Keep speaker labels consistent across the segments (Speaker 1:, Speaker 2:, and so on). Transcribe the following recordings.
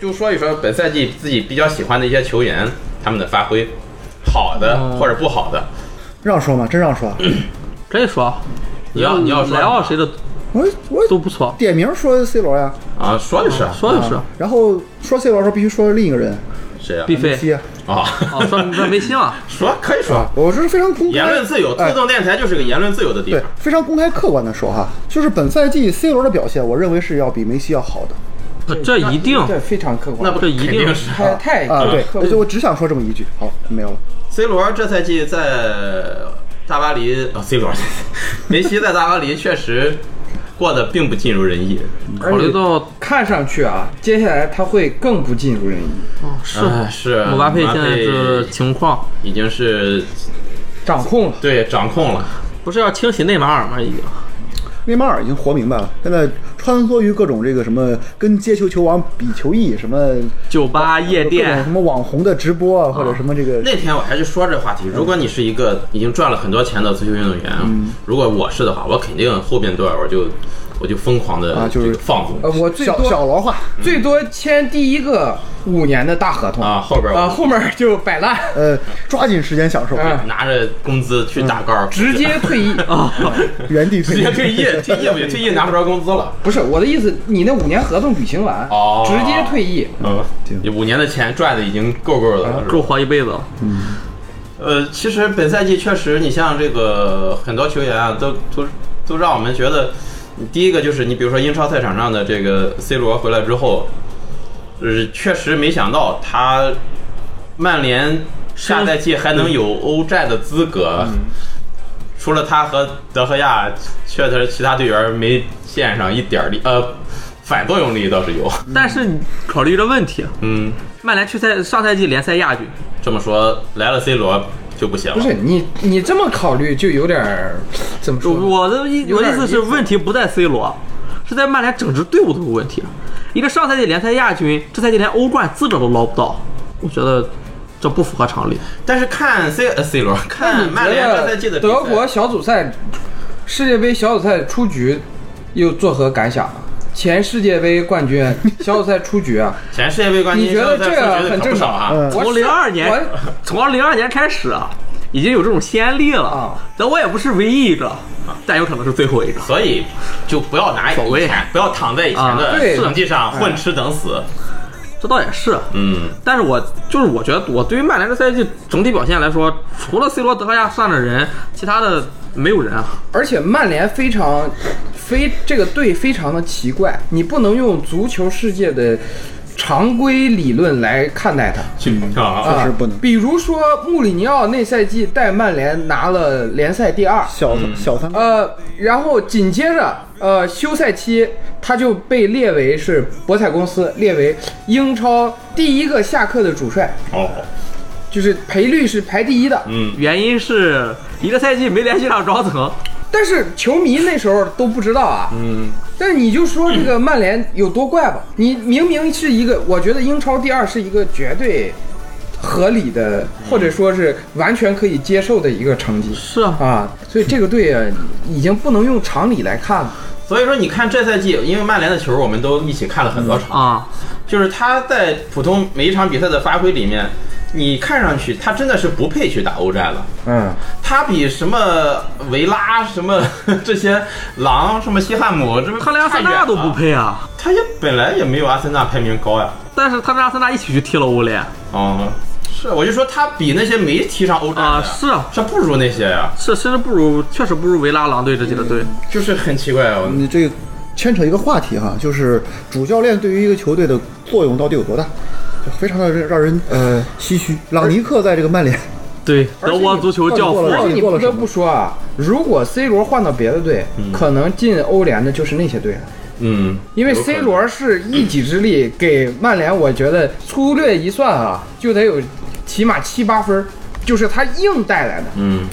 Speaker 1: 就说一说本赛季自己比较喜欢的一些球员他们的发挥，好的
Speaker 2: 嗯
Speaker 1: 或者不好的。
Speaker 3: 让说吗？真让说？啊
Speaker 2: 可以说，
Speaker 1: 你要你要说
Speaker 2: 莱奥谁的
Speaker 3: 我我
Speaker 2: 都不错，
Speaker 3: 点名说 C 罗呀，
Speaker 1: 啊，说的是
Speaker 2: 嗯说的是
Speaker 3: 啊。然后说 C 罗的时候必须说另一个人，
Speaker 1: 谁啊？
Speaker 2: 必费
Speaker 3: 西啊，
Speaker 1: 啊，
Speaker 2: 哦，说说梅西嘛，
Speaker 1: 说可以说
Speaker 3: 啊，我这是非常公开
Speaker 1: 言论自由，
Speaker 3: 哎
Speaker 1: 自动电台就是个言论自由的地
Speaker 3: 对
Speaker 1: 方。，
Speaker 3: 非常公开客观的说哈，就是本赛季 C 罗的表现，我认为是要比梅西要好的。
Speaker 2: 这一定
Speaker 4: 这非常客观，
Speaker 1: 那不
Speaker 2: 这一定
Speaker 1: 肯定是
Speaker 4: 太太
Speaker 3: 啊，对，
Speaker 4: 客
Speaker 3: 我
Speaker 4: 观
Speaker 3: 就我只想说这么一句，好，没有了。
Speaker 1: C 罗这赛季在大巴黎，哦，C 罗，梅西在大巴黎确实过得并不尽如人意。
Speaker 2: 考虑到
Speaker 4: 看上去啊，接下来他会更不尽如人意，
Speaker 2: 是
Speaker 1: 哎是
Speaker 2: 姆巴佩
Speaker 1: 姆巴
Speaker 2: 现在
Speaker 1: 佩
Speaker 2: 这情况，
Speaker 1: 已经是
Speaker 4: 掌控了。
Speaker 1: 对掌控了，
Speaker 2: 不是要清洗内马尔吗？已经
Speaker 3: 内马尔已经活明白了，现在穿梭于各种这个什么跟街球球王比球艺，什么
Speaker 2: 酒吧夜
Speaker 3: 各种什
Speaker 2: 店，
Speaker 3: 么网红的直播啊，或者什么这个
Speaker 1: 那天我还是说这话题，如果你是一个已经赚了很多钱的足球运动员，如果我是的话，我肯定后边多少我就我就疯狂的
Speaker 3: 啊就是
Speaker 1: 放纵
Speaker 4: 呃，我最
Speaker 3: 小
Speaker 4: 多
Speaker 3: 小罗化，
Speaker 4: 最多签第一个五年的大合同
Speaker 1: 啊，后边
Speaker 4: 啊，
Speaker 1: 我
Speaker 4: 后面就 摆烂，
Speaker 3: 呃，抓紧时间享受，
Speaker 4: 啊
Speaker 1: 拿着工资去打高尔夫，
Speaker 4: 直接退 役。
Speaker 1: 啊
Speaker 3: 原地
Speaker 1: 直接退役，退役不行，退役拿不着工资了。
Speaker 4: 不是我的意思，你那五年合同履行完
Speaker 1: 哦，
Speaker 4: 直接退役。
Speaker 1: 嗯，你五年的钱赚的已经够够的了，是吧
Speaker 2: 够活一辈子了。
Speaker 1: 呃，其实本赛季确实，你像这个很多球员啊，都都都让我们觉得，第一个就是你比如说英超赛场上的这个 C 罗回来之后，呃，确实没想到他曼联下赛季还能有欧战的资格。除了他和德赫亚，确实其他队员没献上一点儿力，呃，反作用力倒是有。
Speaker 2: 但是你考虑一个问题，
Speaker 1: 嗯，
Speaker 2: 曼联去赛上赛季联赛亚军，
Speaker 1: 这么说来了 C 罗就不行了。
Speaker 4: 不是你，你这么考虑就有点儿怎么说呢？
Speaker 2: 我的意
Speaker 4: 有
Speaker 2: 我
Speaker 4: 点
Speaker 2: 的意思是，
Speaker 4: 意思
Speaker 2: 问题不在 C 罗，是在曼联整支队伍都有问题。一个上赛季联赛亚军，这赛季连欧冠资格都捞不到，我觉得这不符合常理。
Speaker 1: 但是看 C 呃 C 罗，看曼联这赛季的比赛
Speaker 4: 德国小组赛、世界杯小组赛出局，又作何感想？啊前世界杯 冠军，小组赛出局啊！
Speaker 1: 前世界杯冠军，
Speaker 4: 你觉得
Speaker 1: 现在出
Speaker 4: 这个
Speaker 1: 局的
Speaker 4: 很
Speaker 1: 可
Speaker 4: 正
Speaker 1: 不少
Speaker 4: 常
Speaker 1: 啊？
Speaker 4: 我
Speaker 2: 从
Speaker 4: 是
Speaker 2: 零二年
Speaker 4: 我，
Speaker 2: 从零二年开始啊，已经有这种先例了
Speaker 4: 啊。
Speaker 2: 但我也不是唯一一个，啊但有可能是最后一个。
Speaker 1: 所以就不要拿
Speaker 2: 所
Speaker 1: 以
Speaker 2: 谓
Speaker 1: 前，不要躺在以前
Speaker 4: 啊
Speaker 1: 的
Speaker 4: 对
Speaker 1: 成绩上混吃等死。
Speaker 2: 这倒也是，
Speaker 1: 嗯，
Speaker 2: 但是我就是我觉得，我对于曼联这赛季整体表现来说，除了 C 罗、德赫亚算的人，其他的没有人啊。
Speaker 4: 而且曼联非常非这个队非常的奇怪，你不能用足球世界的常规理论来看待它。
Speaker 1: 去啊，
Speaker 3: 确实
Speaker 4: 啊
Speaker 3: 不能
Speaker 4: 比如说穆里尼奥那赛季带曼联拿了联赛第二，
Speaker 3: 小小三
Speaker 4: 呃，然后紧接着，呃，休赛期他就被列为是博彩公司列为英超第一个下课的主帅，
Speaker 1: 哦，
Speaker 4: 就是赔率是排第一的。
Speaker 1: 嗯，
Speaker 2: 原因是一个赛季没联系上高层，
Speaker 4: 但是球迷那时候都不知道啊。嗯。但是你就说这个曼联有多怪吧？你明明是一个，我觉得英超第二是一个绝对合理的，或者说是完全可以接受的一个成绩
Speaker 2: 是啊，
Speaker 4: 啊。所以这个队啊，已经不能用常理来看了。
Speaker 1: 所以说你看这赛季，因为曼联的球我们都一起看了很多场，
Speaker 2: 啊，
Speaker 1: 就是他在普通每一场比赛的发挥里面，你看上去他真的是不配去打欧战了。
Speaker 4: 嗯。
Speaker 1: 他比什么维拉、什么 这些狼、什么西汉姆，这不
Speaker 2: 他连阿森纳都不
Speaker 1: 配。
Speaker 2: 配啊。
Speaker 1: 他也本来也没有阿森纳排名高呀。
Speaker 2: 但是他跟阿森纳一起去踢了欧联
Speaker 1: 哦，是，我就说他比那些没踢上欧战的
Speaker 2: 啊，是啊，
Speaker 1: 这不如那些呀，
Speaker 2: 是甚至不如，确实不如维拉狼队这几个队。
Speaker 1: 就是很奇怪哦。
Speaker 3: 你这个牵扯一个话题哈，就是主教练对于一个球队的作用到底有多大，就非常的让人呃唏嘘。朗尼克在这个曼联，
Speaker 2: 对，德国足球教父
Speaker 3: 而且
Speaker 4: 而且你不得
Speaker 3: 你过了什
Speaker 4: 不
Speaker 3: 么
Speaker 4: 说啊，如果 C 罗换到别的队，可能进欧联的就是那些队了。
Speaker 1: 嗯，
Speaker 4: 因为
Speaker 1: 有可能
Speaker 4: C 罗是一己之力给曼联，我觉得粗略一算啊，就得有起码七八分儿，就是他硬带来的。
Speaker 1: 嗯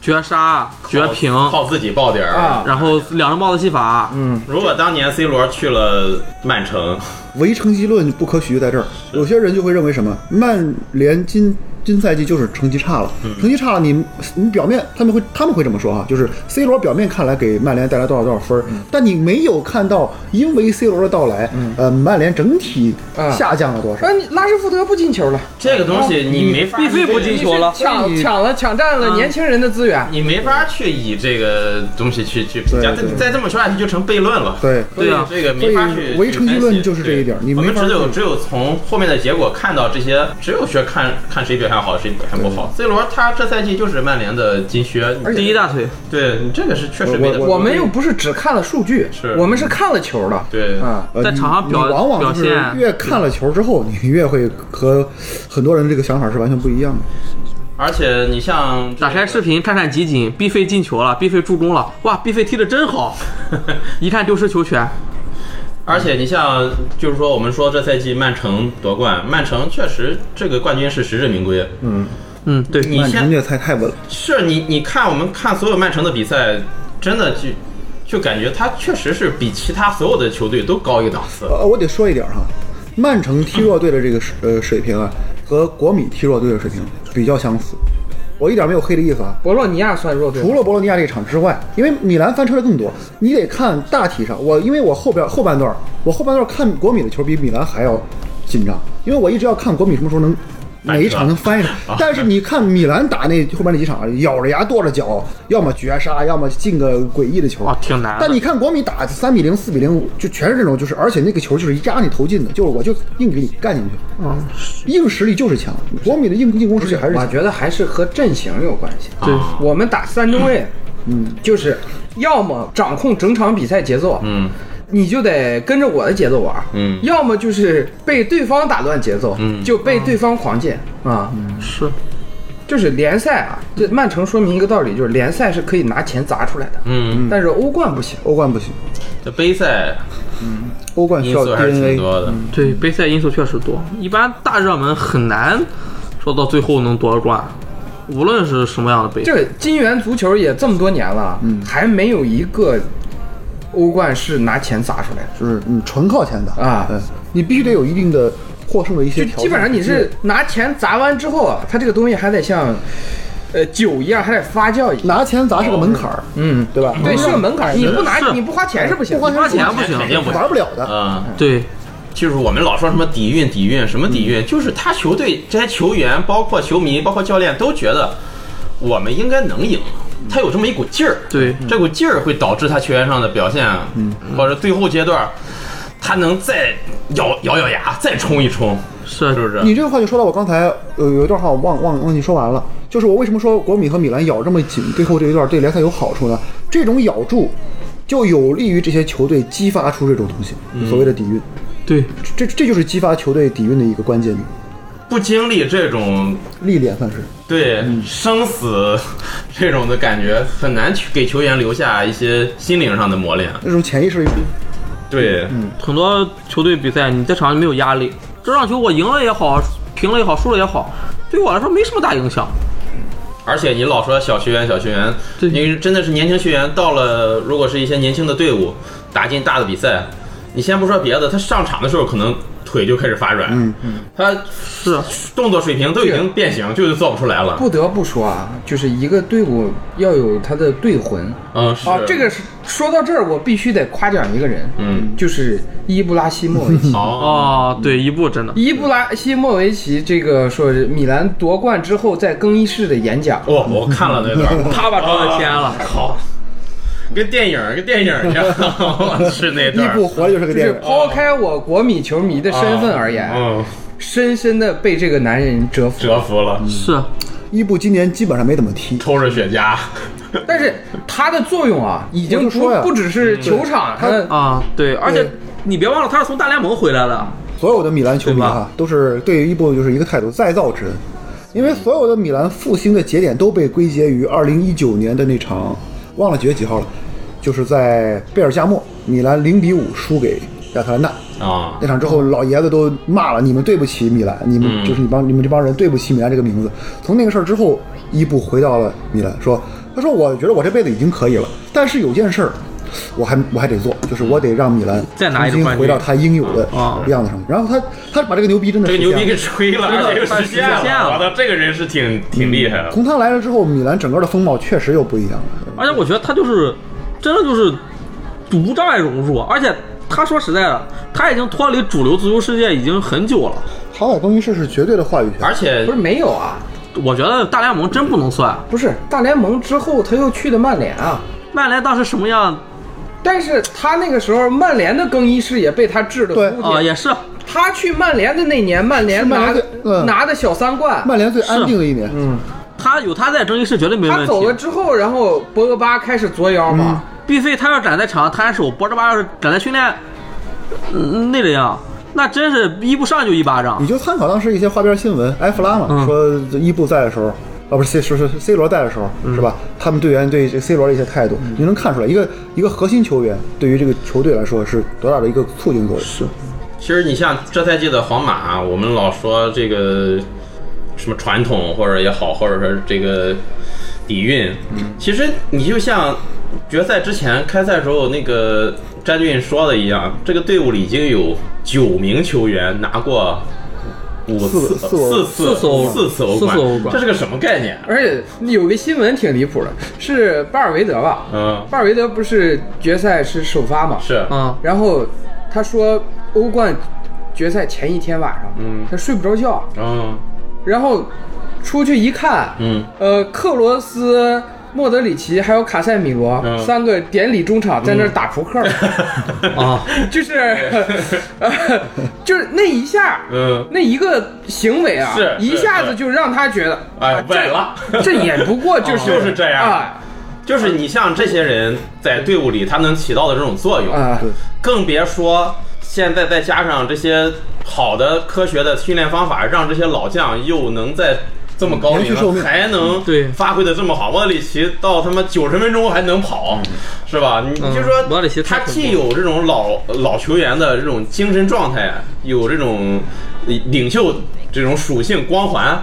Speaker 2: 绝杀、绝平，
Speaker 1: 靠自己爆点儿
Speaker 4: 啊
Speaker 2: 然后两个帽子戏法，嗯，
Speaker 1: 如果当年 C 罗去了曼城，
Speaker 3: 唯成绩论不可取就在这儿。有些人就会认为什么曼联今今赛季就是成绩差了，成绩差了你，你表面他们会他们会这么说啊，就是 C 罗表面看来给曼联带来多少多少分儿，但你没有看到因为 C 罗的到来，呃，曼联整体
Speaker 4: 啊
Speaker 3: 下降了多少
Speaker 4: 啊，？你拉什福德不进球了，
Speaker 1: 这个东西你没法
Speaker 2: 哦必须不进
Speaker 1: 去，
Speaker 2: 球了
Speaker 4: 抢
Speaker 1: 哎
Speaker 4: 抢了抢占
Speaker 1: 嗯
Speaker 4: 了年轻人的资源。
Speaker 1: 你没法去以这个东西去去评价。
Speaker 3: 对对
Speaker 1: 再再这么说下去就成悖论了。
Speaker 3: 对
Speaker 1: 对
Speaker 2: 对啊
Speaker 1: 这个没法
Speaker 3: 所以
Speaker 1: 去。
Speaker 3: 唯成绩论就是这一点
Speaker 1: 对
Speaker 3: 你没
Speaker 1: 我们
Speaker 3: 法
Speaker 1: 只有
Speaker 3: 去
Speaker 1: 只有从后面的结果看到这些，只有学看看谁表现好，谁表现不好。C 罗他这赛季就是曼联的金靴，你
Speaker 2: 第一大腿，
Speaker 1: 对你这个是确实没得
Speaker 4: 我
Speaker 1: 说。
Speaker 4: 们又不是只看了数据，
Speaker 1: 是
Speaker 4: 我们是看了球的。
Speaker 1: 对
Speaker 4: 啊，
Speaker 3: 呃
Speaker 2: 在场上
Speaker 3: 你
Speaker 2: 表
Speaker 3: 你往往就是
Speaker 2: 表现
Speaker 3: 越看了球之后，你越会和很多人这个想法是完全不一样的。
Speaker 1: 而且你像这
Speaker 2: 打开视频看看集锦，毕费进球了，毕费助攻了，哇，毕费踢得真好，一看丢失球权，
Speaker 1: 而且你像，就是说，我们说这赛季曼城夺冠，曼城确实这个冠军是实至名归。嗯，
Speaker 2: 嗯，对，
Speaker 1: 你
Speaker 3: 曼城
Speaker 1: 先
Speaker 3: 这太太稳了，
Speaker 1: 是你你看我们看所有曼城的比赛，真的就就感觉他确实是比其他所有的球队都高一档次。
Speaker 3: 呃，我得说一点哈，曼城踢弱队的这个水呃水平啊，和国米踢弱队的水平比较相似。我一点没有黑的意思啊，
Speaker 4: 博洛尼亚算弱队吗，
Speaker 3: 除了博洛尼亚这场之外，因为米兰翻车的更多，你得看大体上。我因为我后边后半段，我后半段看国米的球比米兰还要紧张，因为我一直要看国米什么时候能。每一场能翻一场，
Speaker 1: 啊
Speaker 3: 但是你看米兰打那后面那几场，咬着牙跺着脚，要么绝杀，要么进个诡异的球，
Speaker 2: 哦挺难的
Speaker 3: 但你看国米打三比零、四比零，就全是这种，就是而且那个球就是压你投进的，就是我就硬给你干进去。
Speaker 2: 嗯，
Speaker 3: 硬实力就是强，国米的硬进攻实力还是
Speaker 4: 我
Speaker 3: 强。
Speaker 4: 觉得还是和阵型有关系。
Speaker 2: 对
Speaker 4: 我们打三中卫，嗯，就是要么掌控整场比赛节奏，
Speaker 1: 嗯，
Speaker 4: 你就得跟着我的节奏玩，
Speaker 1: 嗯
Speaker 4: 要么就是被对方打乱节奏，
Speaker 1: 嗯
Speaker 4: 就被对方狂进啊，
Speaker 2: 是，
Speaker 4: 就是联赛啊，这曼城说明一个道理，就是联赛是可以拿钱砸出来的，
Speaker 1: 嗯，
Speaker 4: 但是欧冠不行。
Speaker 3: 欧冠不行，
Speaker 1: 这杯赛
Speaker 3: 欧冠需
Speaker 1: 因
Speaker 3: 要
Speaker 1: 素还是
Speaker 3: DNA
Speaker 1: 挺。多的。
Speaker 2: 对，杯赛因素确实多，一般大热门很难说到最后能夺冠，无论是什么样的杯
Speaker 4: 这，个金元足球也这么多年了，嗯，还没有一个欧冠是拿钱砸出来的。
Speaker 3: 就是你纯靠钱打
Speaker 4: 啊
Speaker 3: 嗯，你必须得有一定的获胜的一些
Speaker 4: 就
Speaker 3: 条件。
Speaker 4: 基本上你是拿钱砸完之后啊，它这个东西还得像，呃，酒一样，还得发酵一样。
Speaker 3: 拿钱砸是个门槛儿，
Speaker 4: 嗯，
Speaker 3: 对吧？
Speaker 4: 对，
Speaker 3: 嗯
Speaker 4: 是个门槛，你不拿
Speaker 2: 是
Speaker 4: 你不花钱是不行
Speaker 3: 不
Speaker 4: 的。
Speaker 3: 花
Speaker 2: 花
Speaker 3: 钱
Speaker 2: 钱不行，
Speaker 1: 肯定不行
Speaker 3: 玩不了的。
Speaker 1: 嗯，
Speaker 2: 对，
Speaker 1: 就是我们老说什么底蕴，底蕴什么底蕴，就是他球队这些球员，包括球迷，包括教练都觉得我们应该能赢，他有这么一股劲儿，
Speaker 2: 对
Speaker 1: 这股劲儿会导致他球员上的表现，嗯，或者最后阶段他能再咬咬咬牙再冲一冲，
Speaker 2: 是啊
Speaker 1: 是不是？
Speaker 3: 你这个话就说到我刚才呃有一段话我忘忘忘记说完了，就是我为什么说国米和米兰咬这么紧，最后这一段对联赛有好处呢？这种咬住就有利于这些球队激发出这种东西，
Speaker 4: 嗯
Speaker 3: 所谓的底蕴。
Speaker 2: 对，
Speaker 3: 这这就是激发球队底蕴的一个关键
Speaker 1: 不经历这种
Speaker 3: 历练，算是。
Speaker 1: 对生死这种的感觉，很难去给球员留下一些心灵上的磨练。
Speaker 3: 那种潜意识里，
Speaker 1: 对，
Speaker 2: 很多球队比赛你在场上没有压力，这场球我赢了也好，平了也好，输了也好，对我来说没什么大影响。
Speaker 1: 而且你老说小学员，小学员，
Speaker 2: 对
Speaker 1: 你真的是年轻学员到了，如果是一些年轻的队伍打进大的比赛，你先不说别的，他上场的时候可能腿就开始发软，嗯嗯，他
Speaker 2: 是啊
Speaker 1: 动作水平都已经变形，就是做不出来了。
Speaker 4: 不得不说啊，就是一个队伍要有他的队魂
Speaker 1: 嗯，是
Speaker 4: 啊。这个是说到这儿，我必须得夸奖一个人，
Speaker 1: 嗯，
Speaker 4: 就是伊布拉希莫维 奇。
Speaker 1: 哦，
Speaker 2: 哦，对，伊布真的，
Speaker 4: 伊布拉希莫维奇这个说是米兰夺冠之后在更衣室的演讲，
Speaker 1: 我哦我看了那 段，
Speaker 2: 他把装的天了，
Speaker 1: 好，跟电影跟电影一样， 我去那
Speaker 3: 伊
Speaker 1: 段，
Speaker 3: 布活的就是个
Speaker 4: 就
Speaker 3: 电
Speaker 4: 是哦
Speaker 3: 影。
Speaker 4: 抛开我国米球迷的身份而言，
Speaker 1: 嗯，
Speaker 4: 深深的被这个男人折服。
Speaker 1: 折服了，
Speaker 4: 嗯
Speaker 2: 是
Speaker 3: 伊布今年基本上没怎么踢，
Speaker 1: 抽着雪茄，
Speaker 4: 但是他的作用啊，已经
Speaker 3: 我就说呀嗯
Speaker 4: 不不只是球场嗯上的
Speaker 2: 啊，对，而且
Speaker 3: 对
Speaker 2: 你别忘了他是从大联盟回来的，
Speaker 3: 所有的米兰球迷
Speaker 2: 对
Speaker 3: 哈
Speaker 2: 吧，
Speaker 3: 都是对于伊布就是一个态度，再造之恩。因为所有的米兰复兴的节点都被归结于2019年的那场，忘了几月几号了，就是在贝尔加莫，米兰0比5输给亚特兰大
Speaker 1: 啊
Speaker 4: 嗯
Speaker 3: 那，场之后，老爷子都骂了你们对不起米兰，你们
Speaker 1: 嗯
Speaker 3: 就是你帮你们这帮人对不起米兰这个名字。从那个事儿之后，伊布回到了米兰，说他说我觉得我这辈子已经可以了，但是有件事儿我还我还得做，就是我得让米兰
Speaker 2: 再拿一个
Speaker 3: 重
Speaker 2: 冠
Speaker 3: 新
Speaker 2: 军
Speaker 3: 回到他应有的
Speaker 2: 啊
Speaker 3: 样子上去。然后他他把这个牛逼真的
Speaker 1: 这个
Speaker 3: 实
Speaker 1: 牛逼
Speaker 3: 现
Speaker 1: 给
Speaker 3: 了
Speaker 1: 吹了，
Speaker 2: 真的
Speaker 1: 而且又实现
Speaker 2: 实现了
Speaker 1: 了。我操，这个人是挺挺厉害的。
Speaker 3: 从他来了之后，米兰整个的风貌确实又不一样了。
Speaker 2: 而且我觉得他就是真的就是无障碍融入，而且他说实在的，他已经脱离主流足球世界已经很久了。
Speaker 3: 豪海更衣室是绝对的话语权，
Speaker 1: 而且
Speaker 4: 不是没有啊，
Speaker 2: 我觉得大联盟真不能算，
Speaker 4: 不是大联盟之后他又去的曼联啊，
Speaker 2: 曼联当时什么样
Speaker 4: 但是他那个时候曼联的更衣室也被他治的
Speaker 3: 对
Speaker 2: 啊、也是
Speaker 4: 他去曼联的那年，曼联
Speaker 3: 是曼
Speaker 4: 拿
Speaker 3: 联
Speaker 4: 的
Speaker 3: 队嗯
Speaker 4: 拿的小三冠，
Speaker 3: 曼联最安定的一年，嗯，
Speaker 2: 他有他在争议是绝对没
Speaker 4: 他
Speaker 2: 问
Speaker 4: 走了
Speaker 2: 题。
Speaker 4: 之后，然后博格巴开始作妖嘛，
Speaker 3: 嗯
Speaker 2: 必费他要展在场上摊手，博格巴要是展在训练、嗯、那个样，那真是一不上就一巴掌
Speaker 3: 你。就参考当时一些花边新闻，埃弗拉嘛，
Speaker 2: 嗯
Speaker 3: 说这伊布在的时候，啊不是 C 是是 C 罗在的时候，是吧？
Speaker 2: 嗯
Speaker 3: 他们队员对这 C 罗的一些态度，你能看出来，一个一个核心球员对于这个球队来说是多大的一个促进作用。是，
Speaker 1: 其实你像这赛季的皇马啊，我们老说这个什么传统或者也好，或者说这个底蕴，其实你就像决赛之前开赛时候那个詹俊说的一样，这个队伍里已经有九名球员拿过。五次、
Speaker 3: 四
Speaker 1: 四
Speaker 2: 四次欧冠
Speaker 1: 四次欧
Speaker 2: 四次欧冠
Speaker 1: 这是个什么概念啊？
Speaker 4: 而且有个新闻挺离谱的，是巴尔韦德吧？
Speaker 1: 嗯，
Speaker 4: 巴尔韦德不是决赛是首发嘛？。
Speaker 1: 是，
Speaker 2: 嗯，
Speaker 4: 然后他说欧冠决赛前一天晚上，嗯，他睡不着觉，
Speaker 1: 嗯
Speaker 4: 然后出去一看，
Speaker 1: 嗯，
Speaker 4: 呃，克罗斯、莫德里奇还有卡塞米罗、
Speaker 1: 嗯
Speaker 4: 三个典礼中场在那儿打扑克，
Speaker 2: 啊，
Speaker 1: 嗯
Speaker 4: 就是呃，就是那一下，
Speaker 1: 嗯，
Speaker 4: 那一个行为啊，
Speaker 1: 是是
Speaker 4: 一下子就让他觉得，
Speaker 1: 哎
Speaker 4: 啊
Speaker 1: 稳了 哦
Speaker 4: 这这也不过就是
Speaker 1: 就是这样
Speaker 4: 啊
Speaker 1: 就是你像这些人在队伍里，他能起到的这种作用，
Speaker 4: 啊
Speaker 3: 对，
Speaker 1: 更别说现在再加上这些好的科学的训练方法，让这些老将又能在这么高龄
Speaker 3: 嗯延续寿命
Speaker 1: 还能
Speaker 2: 嗯对
Speaker 1: 发挥的这么好，莫德里奇到他妈九十分钟还能跑，是吧？你
Speaker 2: 嗯
Speaker 1: 就说
Speaker 2: 莫德里奇太
Speaker 1: 他
Speaker 2: 恐怖
Speaker 1: 既有这种老老球员的这种精神状态，啊有这种呃领袖这种属性光环。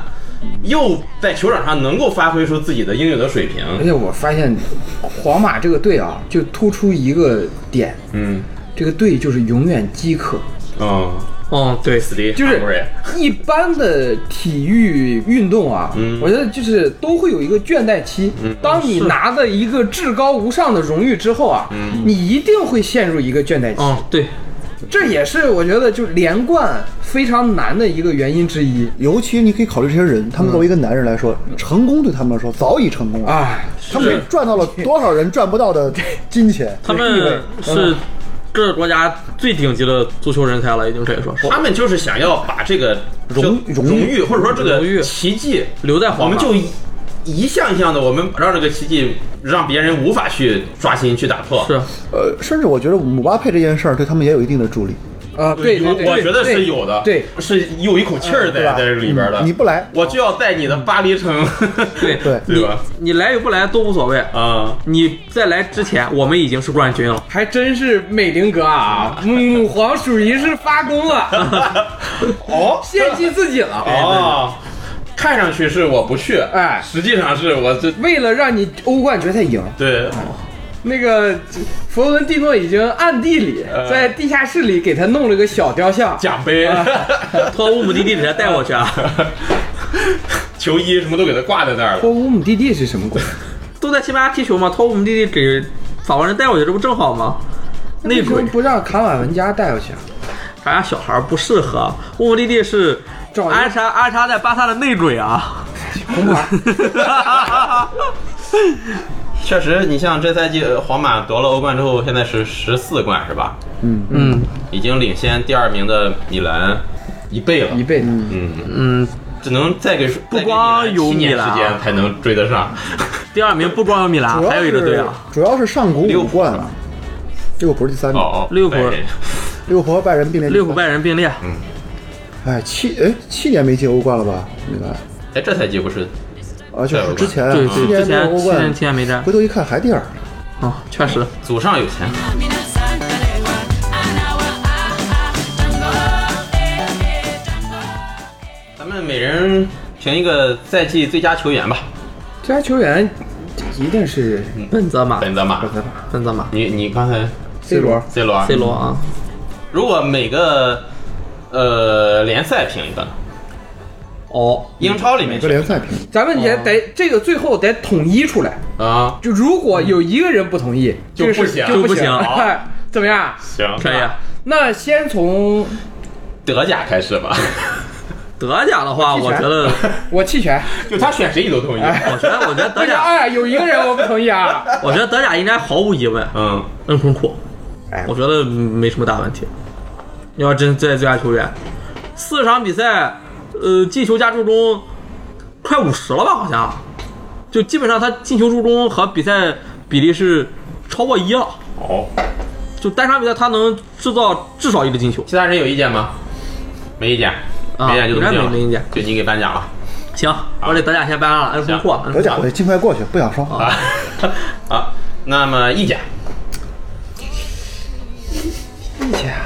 Speaker 1: 又在球场上能够发挥出自己的应有的水平，
Speaker 4: 而且我发现，皇马这个队啊，就突出一个点，
Speaker 1: 嗯，
Speaker 4: 这个队就是永远饥渴，
Speaker 1: 嗯，
Speaker 2: 嗯，对，
Speaker 1: 死敌
Speaker 4: 就是
Speaker 1: 韩国人，
Speaker 4: 一般的体育运动啊，
Speaker 1: 嗯
Speaker 4: 我觉得就是都会有一个倦怠期。当你拿的一个至高无上的荣誉之后啊，
Speaker 1: 嗯
Speaker 4: 你一定会陷入一个倦怠期。
Speaker 2: 嗯，对，
Speaker 4: 这也是我觉得就连冠非常难的一个原因之一。
Speaker 3: 尤其你可以考虑这些人，他们作为一个男人来说，
Speaker 2: 嗯
Speaker 3: 成功对他们来说早已成功
Speaker 2: 啊
Speaker 3: 了，
Speaker 4: 哎，
Speaker 3: 他们赚到了多少人赚不到的金钱。
Speaker 2: 他们
Speaker 3: 嗯
Speaker 2: 是这个国家最顶级的足球人才了，已经可以说是
Speaker 1: 他们就是想要把这个
Speaker 3: 荣
Speaker 1: 这
Speaker 3: 荣
Speaker 1: 荣
Speaker 3: 誉
Speaker 1: 誉或者说这
Speaker 2: 荣誉
Speaker 1: 个奇迹，
Speaker 2: 留在
Speaker 1: 我
Speaker 2: 皇马。
Speaker 1: 们就一一项一项的，我们让这个奇迹让别人无法去刷新去打破。
Speaker 2: 是
Speaker 3: 呃，甚至我觉得姆巴佩这件事儿对他们也有一定的助力。
Speaker 4: 啊，对对
Speaker 1: 有
Speaker 4: 对，
Speaker 1: 我觉得
Speaker 4: 对
Speaker 1: 是有的，
Speaker 4: 对，
Speaker 1: 是有一口气儿在
Speaker 3: 吧
Speaker 1: 在这里边的。
Speaker 3: 你不来
Speaker 1: 我就要在你的巴黎城，
Speaker 2: 对
Speaker 3: 对
Speaker 1: 对吧？
Speaker 2: 你来与不来都无所谓。
Speaker 1: 啊，
Speaker 2: 你在来之前，我们已经是冠军了。
Speaker 4: 还真是美林 哥啊，母皇属于是发功了，
Speaker 1: 哦
Speaker 4: 献祭自己了。
Speaker 1: 哦，看上去是我不去，
Speaker 4: 哎
Speaker 1: 实际上是我这
Speaker 4: 为了让你欧冠决赛赢，
Speaker 1: 对
Speaker 4: 那个佛罗伦蒂诺已经暗地里
Speaker 1: 呃
Speaker 4: 在地下室里给他弄了个小雕像，
Speaker 1: 奖杯。
Speaker 2: 托乌姆蒂蒂直接带我去啊，
Speaker 1: 球衣什么都给他挂在那儿了。
Speaker 4: 托乌姆蒂蒂是什么鬼？
Speaker 2: 都在西班牙踢球嘛，托乌姆蒂蒂给法国人带过去，这不正好吗？内
Speaker 4: 为什么
Speaker 2: 鬼，
Speaker 4: 不让卡瓦文加带回去啊？
Speaker 2: 咱家小孩儿不适合。乌姆蒂蒂是
Speaker 4: 找一个
Speaker 2: 安插安插在巴萨的内鬼啊。
Speaker 4: 红牌，
Speaker 1: 确实，你像这赛季呃皇马夺了欧冠之后，现在是十四冠是吧？
Speaker 2: 嗯
Speaker 1: 已经领先第二名的米兰一倍了
Speaker 4: 一，辈子。
Speaker 1: 嗯，
Speaker 2: 嗯，
Speaker 1: 只能再给不
Speaker 2: 光有
Speaker 1: 七年
Speaker 2: 米兰
Speaker 1: 时间才能追得上。
Speaker 2: 第二名不光有米兰，
Speaker 3: 主要
Speaker 2: 还有一个队啊。
Speaker 3: 是主要是上古
Speaker 1: 利物
Speaker 3: 五
Speaker 1: 浦
Speaker 3: 冠
Speaker 1: 是
Speaker 3: 了
Speaker 1: 吧，
Speaker 3: 利物浦是第三
Speaker 2: 嗯
Speaker 3: 名，
Speaker 1: 哦哦，
Speaker 2: 利物浦
Speaker 1: 拜仁
Speaker 3: 利物浦和拜仁并列第
Speaker 2: 利
Speaker 3: 三。
Speaker 2: 物浦拜仁并列，
Speaker 3: 哎，七哎七年没进欧冠了吧？米兰
Speaker 1: 哎，这赛季不是
Speaker 3: 啊，就是之前
Speaker 2: 对
Speaker 3: 啊，七
Speaker 2: 对，之
Speaker 3: 年没有欧
Speaker 2: 前之前
Speaker 3: 冠
Speaker 2: 之，前没战
Speaker 3: 回头一看还第二。
Speaker 2: 啊，确实。
Speaker 1: 祖上有钱，咱们每人评一个赛季最佳球员吧。
Speaker 4: 最佳球员一定是
Speaker 2: 本泽马，
Speaker 1: 本泽马，嗯
Speaker 2: 本泽马
Speaker 1: 你你刚才
Speaker 4: C 罗。
Speaker 1: C 罗啊
Speaker 2: ，C 罗啊，
Speaker 1: 如果每个呃联赛评一个呢，
Speaker 2: 哦，
Speaker 1: 英超里面
Speaker 3: 每个
Speaker 1: 去
Speaker 3: 联赛评，
Speaker 4: 咱们得得这个最后得统一出来，
Speaker 1: 啊，
Speaker 4: 就如果有一个人不同意，
Speaker 1: 就
Speaker 4: 这个事
Speaker 1: 不行
Speaker 4: 就
Speaker 2: 就不
Speaker 4: 行。
Speaker 2: 行
Speaker 4: 哎怎么样？
Speaker 1: 行，
Speaker 2: 可以。啊。
Speaker 4: 那先从
Speaker 1: 德甲开始吧，
Speaker 2: 德甲的话，
Speaker 4: 踢拳
Speaker 2: 我觉得，
Speaker 4: 我弃权，
Speaker 1: 就他选谁你都同意。
Speaker 2: 我觉得，我觉得
Speaker 4: 大
Speaker 2: 德
Speaker 4: 家
Speaker 2: 甲，
Speaker 4: 哎，有一个人我不同意啊。
Speaker 2: 我觉得德甲应该毫无疑问，
Speaker 1: 嗯，
Speaker 2: 恩昆库
Speaker 4: 哎，
Speaker 2: 我觉得嗯没什么大问题。要真在最佳球员，四场比赛，呃，进球加助攻快五十了吧？好像，就基本上他进球助攻和比赛比例是超过一了。
Speaker 1: 哦，
Speaker 2: 就单场比赛他能制造至少一个进球。
Speaker 1: 其他人有意见吗？没意见，
Speaker 2: 啊
Speaker 1: 没意见就这么定了，
Speaker 2: 没没意见
Speaker 1: 就你给颁奖了
Speaker 2: 行，我这德甲先搬了，恩昆库，恩
Speaker 3: 德
Speaker 2: 昆
Speaker 3: 甲
Speaker 2: 库
Speaker 3: 我就尽快过去，不想说。
Speaker 1: 啊。好，那么意见，
Speaker 2: 哎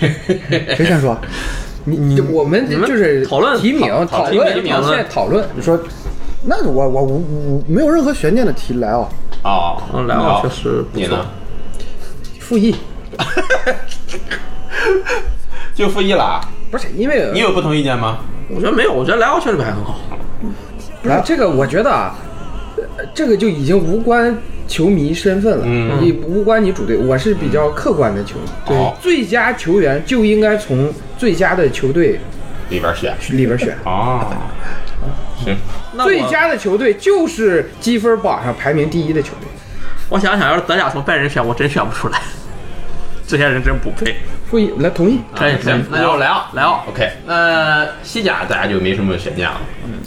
Speaker 3: 谁先说？你你
Speaker 4: 就我们
Speaker 2: 们
Speaker 4: 就是
Speaker 2: 讨论
Speaker 4: 提名、
Speaker 2: 讨
Speaker 4: 讨
Speaker 2: 讨论
Speaker 4: 论，
Speaker 2: 提名
Speaker 4: 现在讨论。
Speaker 3: 你说，那我我无无没有任何悬念的提啊莱奥，
Speaker 1: 哦，
Speaker 2: 嗯莱奥确实不错
Speaker 1: 你呢？
Speaker 4: 复议
Speaker 1: 就负一了啊，
Speaker 4: 不是因为
Speaker 1: 你有不同意见吗？
Speaker 2: 我觉得没有，我觉得莱奥确实表现很好。
Speaker 4: 不是这个，我觉得啊，呃这个就已经无关球迷身份了，
Speaker 1: 嗯
Speaker 4: 你无关你主队，我是比较客观的球迷。
Speaker 2: 嗯
Speaker 1: 对哦
Speaker 4: 最佳球员就应该从最佳的球队
Speaker 1: 里边选
Speaker 4: 里边选，
Speaker 1: 哦，行，
Speaker 2: 那我
Speaker 4: 最，佳的球队就是积分榜上排名第一的球队。
Speaker 2: 我想想，要是德甲从拜仁选，我真选不出来。 这些人真不配。
Speaker 4: 复议来同意，
Speaker 2: 可以嗯
Speaker 1: 啊行，那
Speaker 2: 莱
Speaker 1: 就
Speaker 2: 奥
Speaker 1: 莱奥，
Speaker 2: 莱奥
Speaker 1: ，OK。那西甲大家就没什么悬念了，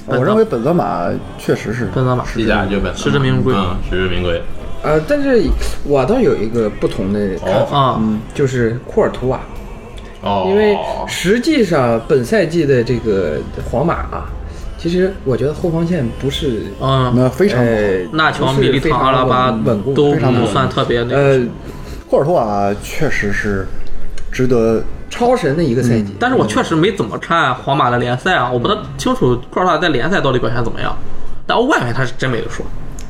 Speaker 2: 本泽
Speaker 3: 我认为本泽马确实是
Speaker 2: 本泽马
Speaker 1: 西甲就本
Speaker 2: 实至名归
Speaker 1: 嗯，实至名归。
Speaker 4: 呃，但是我倒有一个不同的看法，嗯
Speaker 2: 啊，
Speaker 4: 就是库尔图瓦、
Speaker 1: 哦，
Speaker 4: 因为实际上本赛季的这个皇马啊，其实我觉得后防线不是
Speaker 2: 嗯，
Speaker 3: 那非常不好。
Speaker 4: 呃，
Speaker 2: 纳乔、
Speaker 4: 不是
Speaker 2: 米利
Speaker 4: 非
Speaker 2: 唐、
Speaker 4: 常
Speaker 2: 阿拉巴
Speaker 4: 稳固
Speaker 2: 都
Speaker 4: 非常
Speaker 2: 不
Speaker 4: 稳
Speaker 2: 算特别那个。
Speaker 4: 呃
Speaker 3: 库尔图瓦确实是值得
Speaker 4: 超神的一个赛季。
Speaker 2: 嗯但是我确实没怎么看皇马的联赛啊，我不太清楚库尔图瓦在联赛到底表现怎么样。但欧冠里面他是真没得说，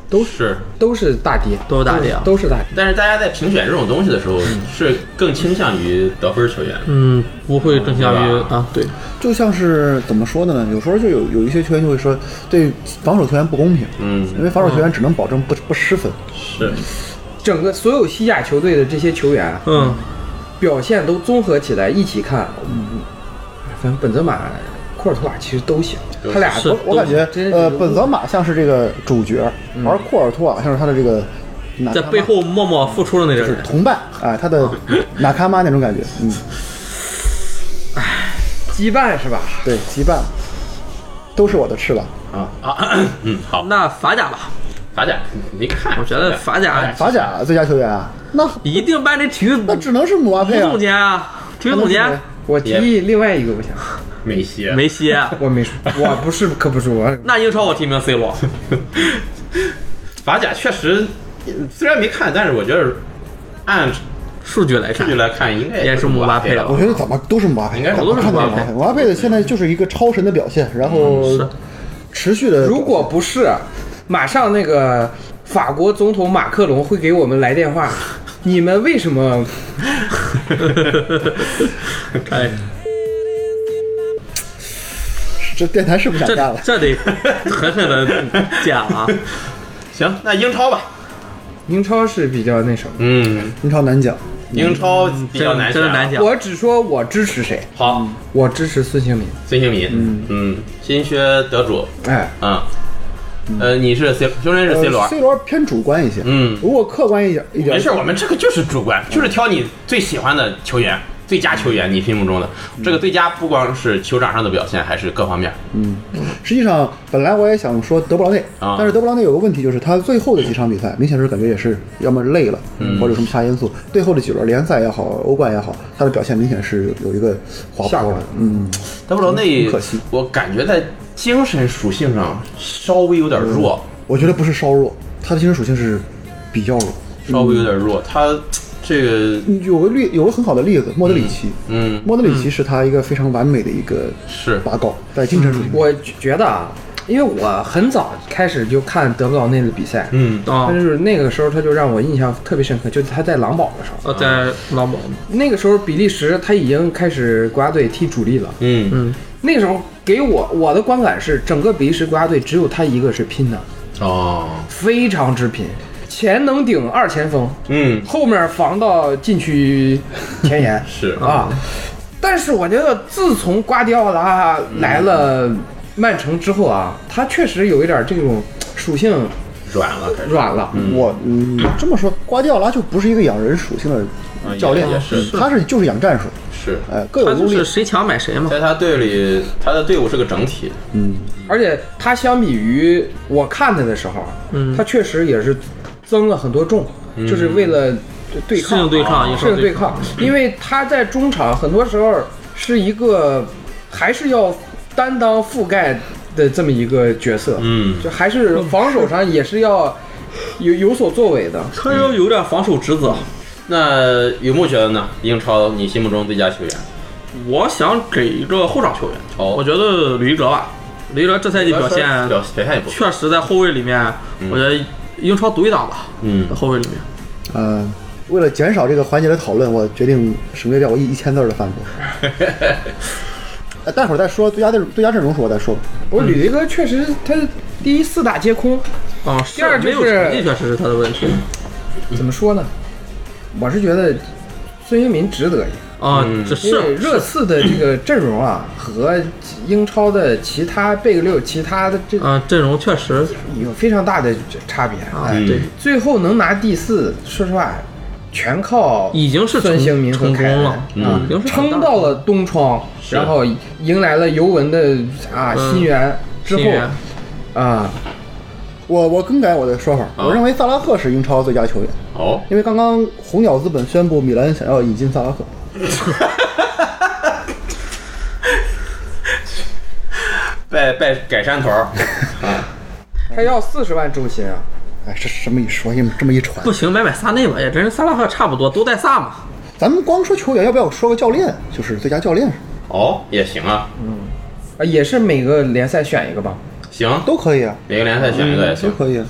Speaker 1: 都是。
Speaker 4: 都是大跌，
Speaker 2: 都是大跌啊
Speaker 4: 都是大跌。
Speaker 1: 但是大家在评选这种东西的时候，是更倾向于得分球员。
Speaker 2: 嗯，不会更倾向于
Speaker 1: 对吧
Speaker 2: 啊，对，
Speaker 3: 就像是怎么说的呢？有时候就有有一些球员就会说，对防守球员不公平，因
Speaker 1: 嗯，
Speaker 3: 为防守球员只能保证不不失分。
Speaker 1: 是
Speaker 4: 整个所有西甲球队的这些球员啊
Speaker 2: 嗯，
Speaker 4: 表现都综合起来一起看，嗯，反正本泽马、库尔图瓦其实都行，他俩
Speaker 2: 是
Speaker 4: 都
Speaker 3: 我感觉
Speaker 4: 真是
Speaker 3: 呃，本泽马像是这个主角，而库尔图瓦像是他的这个拿
Speaker 2: 在背后默默付出的那个
Speaker 3: 就是
Speaker 2: 人，
Speaker 3: 同伴，哎，他的纳卡妈那种感觉，嗯，
Speaker 4: 羁绊是吧？
Speaker 3: 对，羁绊都是我的翅膀。
Speaker 1: 啊啊， 嗯，好，
Speaker 2: 那法甲吧，
Speaker 1: 法甲，你看，哎
Speaker 2: 我觉得法甲
Speaker 3: 法甲最佳球员啊，那
Speaker 2: 一定颁给体育
Speaker 3: 那
Speaker 2: 总
Speaker 3: 只能是姆巴佩啊，
Speaker 2: 监啊，体育总监
Speaker 4: 我提议另外一个不行，
Speaker 1: 梅西，
Speaker 2: 梅西。啊
Speaker 4: 我没说，我不是可不是我，
Speaker 2: 那英超我提名 C 罗，
Speaker 1: 法甲确实虽然没看，但是我觉得按
Speaker 2: 数据来
Speaker 1: 数
Speaker 2: 看
Speaker 1: 据，来看，应该
Speaker 2: 也是
Speaker 1: 是
Speaker 2: 姆巴佩
Speaker 1: 了
Speaker 2: 了
Speaker 3: 我。觉得怎么都是姆巴佩，
Speaker 1: 应该是
Speaker 3: 怎么看
Speaker 1: 都是
Speaker 3: 都
Speaker 1: 姆巴
Speaker 3: 姆巴
Speaker 1: 佩
Speaker 3: 佩。姆巴佩的现在就是一个超神的表现，然后
Speaker 2: 嗯是
Speaker 3: 持续的。
Speaker 4: 如果不是，马上那个法国总统马克龙会给我们来电话， 你们为什么？
Speaker 2: 哎，
Speaker 3: 这电台是不想
Speaker 2: 这
Speaker 3: 干了，
Speaker 2: 这得狠狠的剪 啊！
Speaker 1: 行，那英超吧，
Speaker 4: 英超是比较那什么，
Speaker 1: 嗯，
Speaker 3: 英超难讲。
Speaker 1: 英超比较
Speaker 2: 嗯真
Speaker 1: 难，
Speaker 2: 真的难。讲。
Speaker 4: 我只说我支持谁，
Speaker 1: 好，
Speaker 4: 我支持孙兴民。
Speaker 1: 孙兴民，嗯，新靴得主，
Speaker 4: 哎，
Speaker 1: 嗯，呃，你是 C，胸针是 C 罗
Speaker 3: 呃，，C 罗偏主观一些，
Speaker 1: 嗯
Speaker 3: 如果客观一点一点，
Speaker 1: 没事，我们这个就是主观，就是挑你最喜欢的球员，最佳球员，你心目中的这个最佳，不光是球场上的表现，还是各方面。
Speaker 3: 实际上，本来我也想说德布劳内，
Speaker 1: 啊
Speaker 3: 但是德布劳内有个问题，就是他最后的几场比赛，明显是感觉也是要么累了，
Speaker 1: 嗯
Speaker 3: 或者有什么其他因素。最后的几轮联赛也好，欧冠也好，他的表现明显是有一个滑
Speaker 4: 下
Speaker 3: 坡
Speaker 4: 滑
Speaker 3: 的。嗯，
Speaker 1: 德布劳内，
Speaker 3: 可惜
Speaker 1: 我感觉在精神属性上稍微有点弱，
Speaker 3: 我觉得不是稍弱，他的精神属性是比较弱。
Speaker 1: 稍微有点弱。他这个，
Speaker 3: 有个例，有个很好的例子，莫德里奇。
Speaker 1: 嗯，
Speaker 3: 莫德里奇是他一个非常完美的一个
Speaker 1: 是嗯
Speaker 3: 拔高，在精神属性上。
Speaker 4: 我觉得啊，因为我很早开始就看德布劳内的比赛，
Speaker 1: 嗯
Speaker 2: 啊
Speaker 4: 但是那个时候他就让我印象特别深刻，就是他在狼堡的时候，
Speaker 2: 呃，在狼堡，
Speaker 4: 那个时候比利时他已经开始国家队踢主力了，
Speaker 1: 嗯
Speaker 2: 嗯，
Speaker 4: 那个时候给我我的观感是，整个比利时国家队只有他一个是拼的，
Speaker 1: 哦，
Speaker 4: 非常之拼，前能顶二前锋，
Speaker 1: 嗯
Speaker 4: 后面防到禁区前沿
Speaker 1: 是
Speaker 4: 啊。但是我觉得自从瓜迪奥拉来了曼城之后啊，他确实有一点这种属性
Speaker 1: 软了，
Speaker 4: 软了。
Speaker 3: 我嗯，这么说，瓜迪奥拉就不是一个养人属性
Speaker 1: 啊
Speaker 3: 的教练，
Speaker 1: 也也是
Speaker 3: 他是就是养战术，
Speaker 1: 是。
Speaker 3: 哎，各
Speaker 2: 他
Speaker 3: 有
Speaker 2: 就
Speaker 3: 优劣
Speaker 2: 是。谁强买谁嘛。
Speaker 1: 在他队里，他的队伍是个整体，
Speaker 4: 而且他相比于我看他的时候，
Speaker 2: 嗯
Speaker 4: 他确实也是增了很多重，就是为了对
Speaker 2: 适应
Speaker 4: 抗
Speaker 2: 对抗，也
Speaker 4: 是
Speaker 2: 是
Speaker 4: 对抗，因为他在中场很多时候是一个还是要担当覆盖的这么一个角色，
Speaker 1: 嗯
Speaker 4: 就还是防守上也是要 有有所作为的。
Speaker 2: 他要有点防守职责。
Speaker 1: 那雨木觉得呢？英超你心目中最佳球员？
Speaker 2: 我想给一个后场球员，
Speaker 1: 哦
Speaker 2: 我觉得吕哲吧，吕哲这赛季表现
Speaker 1: 表表现也不啊错。
Speaker 2: 确实在后卫里面，我觉得英超独一档吧，
Speaker 1: 嗯
Speaker 2: 在后卫里面。
Speaker 3: 呃，为了减少这个环节的讨论，我决定省略掉我一一千字儿的反驳。 呃待会儿再说最佳阵最佳阵容时候我再说吧。
Speaker 4: 我吕迪哥确实，他第一四大皆空，
Speaker 2: 啊，
Speaker 4: 第二
Speaker 2: 是没有
Speaker 4: 就是
Speaker 2: 成绩确实是他的问题
Speaker 4: 怎么说呢？我是觉得孙兴民值得一个。
Speaker 2: 啊
Speaker 1: 嗯，
Speaker 2: 这
Speaker 4: 因为
Speaker 2: 是
Speaker 4: 热刺的这个阵容啊，和英超的其他贝克六其他的这个
Speaker 2: 啊，阵容确实
Speaker 4: 有非常大的差别
Speaker 2: 啊，
Speaker 4: 哎
Speaker 2: 对，
Speaker 4: 最后能拿第四，说实话，全靠
Speaker 2: 已经是
Speaker 4: 孙
Speaker 2: 成
Speaker 4: 兴民和
Speaker 2: 成
Speaker 4: 凯
Speaker 2: 功
Speaker 4: 恩啊
Speaker 2: 了，啊
Speaker 1: 嗯
Speaker 2: 已经是很大
Speaker 4: 撑到了东窗，
Speaker 1: 是
Speaker 4: 然后迎来了尤文的啊
Speaker 2: 嗯
Speaker 4: 新援之后
Speaker 2: 新援
Speaker 4: 啊，
Speaker 3: 我我更改我的说法，
Speaker 1: 啊
Speaker 3: 我认为萨拉赫是英超最佳球员，
Speaker 1: 哦，
Speaker 3: 因为刚刚红鸟资本宣布米兰想要引进萨拉赫。
Speaker 1: 拜拜改山头儿，
Speaker 4: 他要四十万周薪啊，
Speaker 3: 哎，这这么一说，这么这么一传
Speaker 2: 不，行，买买萨内吧，也真是萨拉赫差不多都在萨嘛。
Speaker 3: 咱们光说球员，要不要说个教练？就是最佳教练
Speaker 1: 哦也行啊，
Speaker 4: 啊也是每个联赛选一个吧。
Speaker 1: 行，
Speaker 3: 都可以啊，
Speaker 1: 每个联赛选一个也
Speaker 3: 都
Speaker 1: 行。
Speaker 3: 可以啊。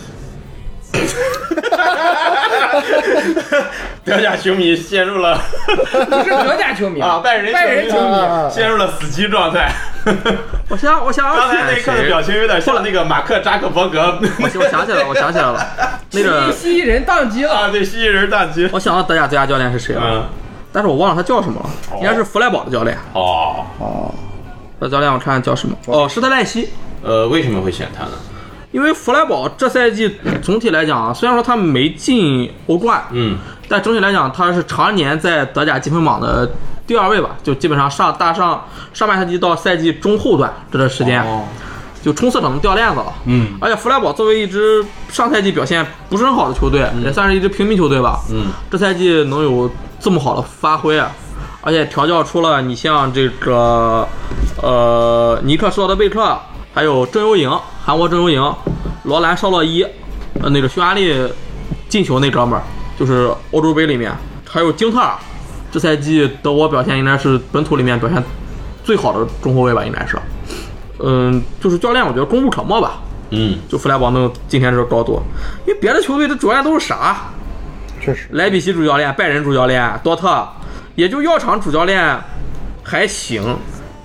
Speaker 1: 德甲球迷陷入 了
Speaker 4: 不是德甲球迷
Speaker 1: 啊拜仁球迷
Speaker 4: 拜仁球迷
Speaker 3: 啊啊
Speaker 1: 陷入了死机状 态。
Speaker 2: 我想，我想
Speaker 1: 刚才那
Speaker 2: 选
Speaker 1: 一刻的
Speaker 2: 谁
Speaker 1: 表情有点像那个马克扎克伯格
Speaker 2: 我想我想起来了，我想起来 了，那个
Speaker 4: 西西人宕机 了。
Speaker 1: 啊，对蜥蜴人大吉。
Speaker 2: 我想到德甲最佳教练是谁了，
Speaker 1: 嗯，
Speaker 2: 但是我忘了他叫什么了，应该是弗莱堡的教练。
Speaker 1: 哦，
Speaker 3: 哦，
Speaker 2: 那教练我看叫什么？哦，施特赖西。
Speaker 1: 呃，为什么会选他呢？
Speaker 2: 因为弗莱堡这赛季总体来讲啊，虽然说他没进欧冠，
Speaker 1: 嗯，
Speaker 2: 但整体来讲他是常年在德甲积分榜的第二位吧，就基本上上大上上半赛季到赛季中后段这段时间，啊
Speaker 1: 哦，
Speaker 2: 就冲刺可能掉链子了。
Speaker 1: 嗯
Speaker 2: 而且弗莱堡作为一支上赛季表现不是很好的球队，也算是一支平民球队吧。
Speaker 1: 嗯，
Speaker 2: 这赛季能有这么好的发挥，啊而且调教出了你像这个呃尼克施罗德贝克，还有郑优营，韩国郑优营，罗兰绍洛伊，呃那个匈牙利进球那哥们儿，就是欧洲杯里面，还有京特尔，这赛季德国表现应该是本土里面表现最好的中后卫吧，应该是。嗯，就是教练，我觉得功不可没吧。
Speaker 1: 嗯，
Speaker 2: 就弗莱堡能有今天这个高度，因为别的球队的主教练都是啥？
Speaker 3: 确实，
Speaker 2: 莱比锡主教练、拜仁主教练、多特，也就药厂主教练还行，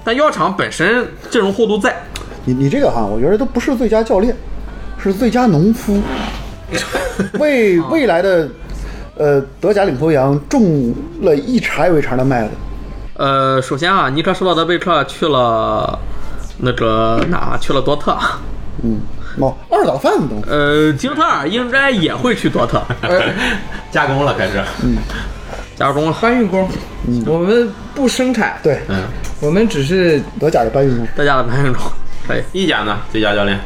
Speaker 2: 但药厂本身阵容厚度在，
Speaker 3: 你你这个哈，我觉得都不是最佳教练，是最佳农夫， 为
Speaker 1: 啊
Speaker 3: 未来的呃德甲领头羊种了一茬又一茬的麦子。
Speaker 2: 呃，首先啊，尼克施罗德贝克去了那个哪？去了多特，
Speaker 3: 嗯，哦，二早饭都
Speaker 2: 呃，京特尔应该也会去多特，
Speaker 1: 加工了开始。
Speaker 2: 加入中了，
Speaker 4: 哎搬运工，我们不生产，
Speaker 3: 对，
Speaker 1: 嗯，
Speaker 4: 我们只是
Speaker 3: 德甲的搬运工。
Speaker 2: 大家的排名中，可以。
Speaker 1: 意甲呢？最佳教练？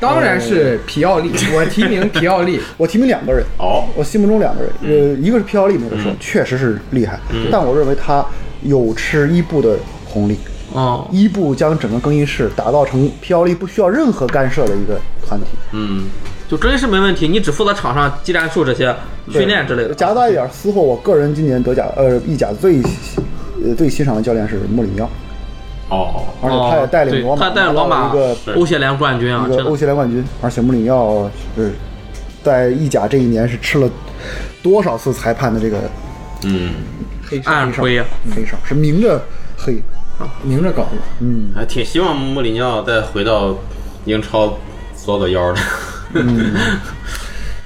Speaker 4: 当然是皮奥利，我提名皮奥利。
Speaker 3: 我提名两个人，
Speaker 1: 哦，嗯
Speaker 3: 我心目中两个人，呃，一个是皮奥利，没得说，确实是厉害，但我认为他有吃伊布的红利。
Speaker 2: 哦，
Speaker 3: 伊布将整个更衣室打造成皮奥利不需要任何干涉的一个团体，
Speaker 1: 嗯，
Speaker 2: 就真是没问题，你只负责场上技战术这些训练之类的。
Speaker 3: 夹带一点私货，我个人今年德甲呃意甲最呃最欣赏的教练是穆里尼奥，
Speaker 1: 哦，
Speaker 3: 而且他也带领罗马
Speaker 2: 对他带领罗马
Speaker 3: 拿到了一个
Speaker 2: 欧协联冠军啊，
Speaker 3: 一
Speaker 2: 真
Speaker 3: 个欧
Speaker 2: 的
Speaker 3: 协联冠军，而且穆里尼奥是在意甲这一年是吃了多少次裁判的这个
Speaker 1: 嗯，
Speaker 4: 黑哨
Speaker 2: 暗吹啊，
Speaker 3: 黑哨，是明着黑。
Speaker 4: 明着搞的。
Speaker 1: 嗯还挺希望穆里尼奥再回到英超做做妖的。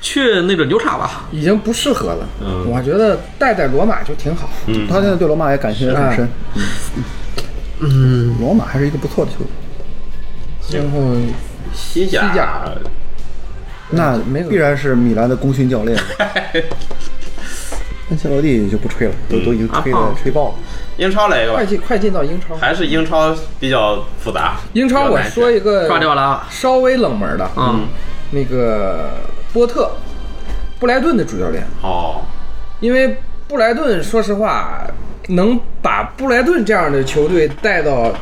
Speaker 2: 去那个牛叉吧，
Speaker 4: 已经不适合了。
Speaker 1: 嗯
Speaker 4: 我觉得带带罗马就挺好。
Speaker 1: 嗯，
Speaker 3: 他现在对罗马也感情也很深。
Speaker 2: 啊
Speaker 3: 嗯，罗马还是一个不错的球队。
Speaker 4: 然后
Speaker 1: 西甲，
Speaker 4: 西甲
Speaker 3: 那
Speaker 4: 没有
Speaker 3: 必然是米兰的功勋 教练。安切洛蒂就不吹了，都都已经吹
Speaker 2: 阿
Speaker 3: 的
Speaker 2: 胖
Speaker 3: 吹爆了。
Speaker 1: 英超来一个吧
Speaker 4: 快，进快进到英超，
Speaker 1: 还是英超比较复杂。
Speaker 4: 英超我说一
Speaker 1: 个，
Speaker 4: 个
Speaker 2: 抓掉了啊，
Speaker 4: 稍微冷门的，
Speaker 2: 嗯，
Speaker 4: 那个波特，布莱顿的主教练，
Speaker 1: 哦，
Speaker 4: 因为布莱顿说实话能把布莱顿这样的球队带到。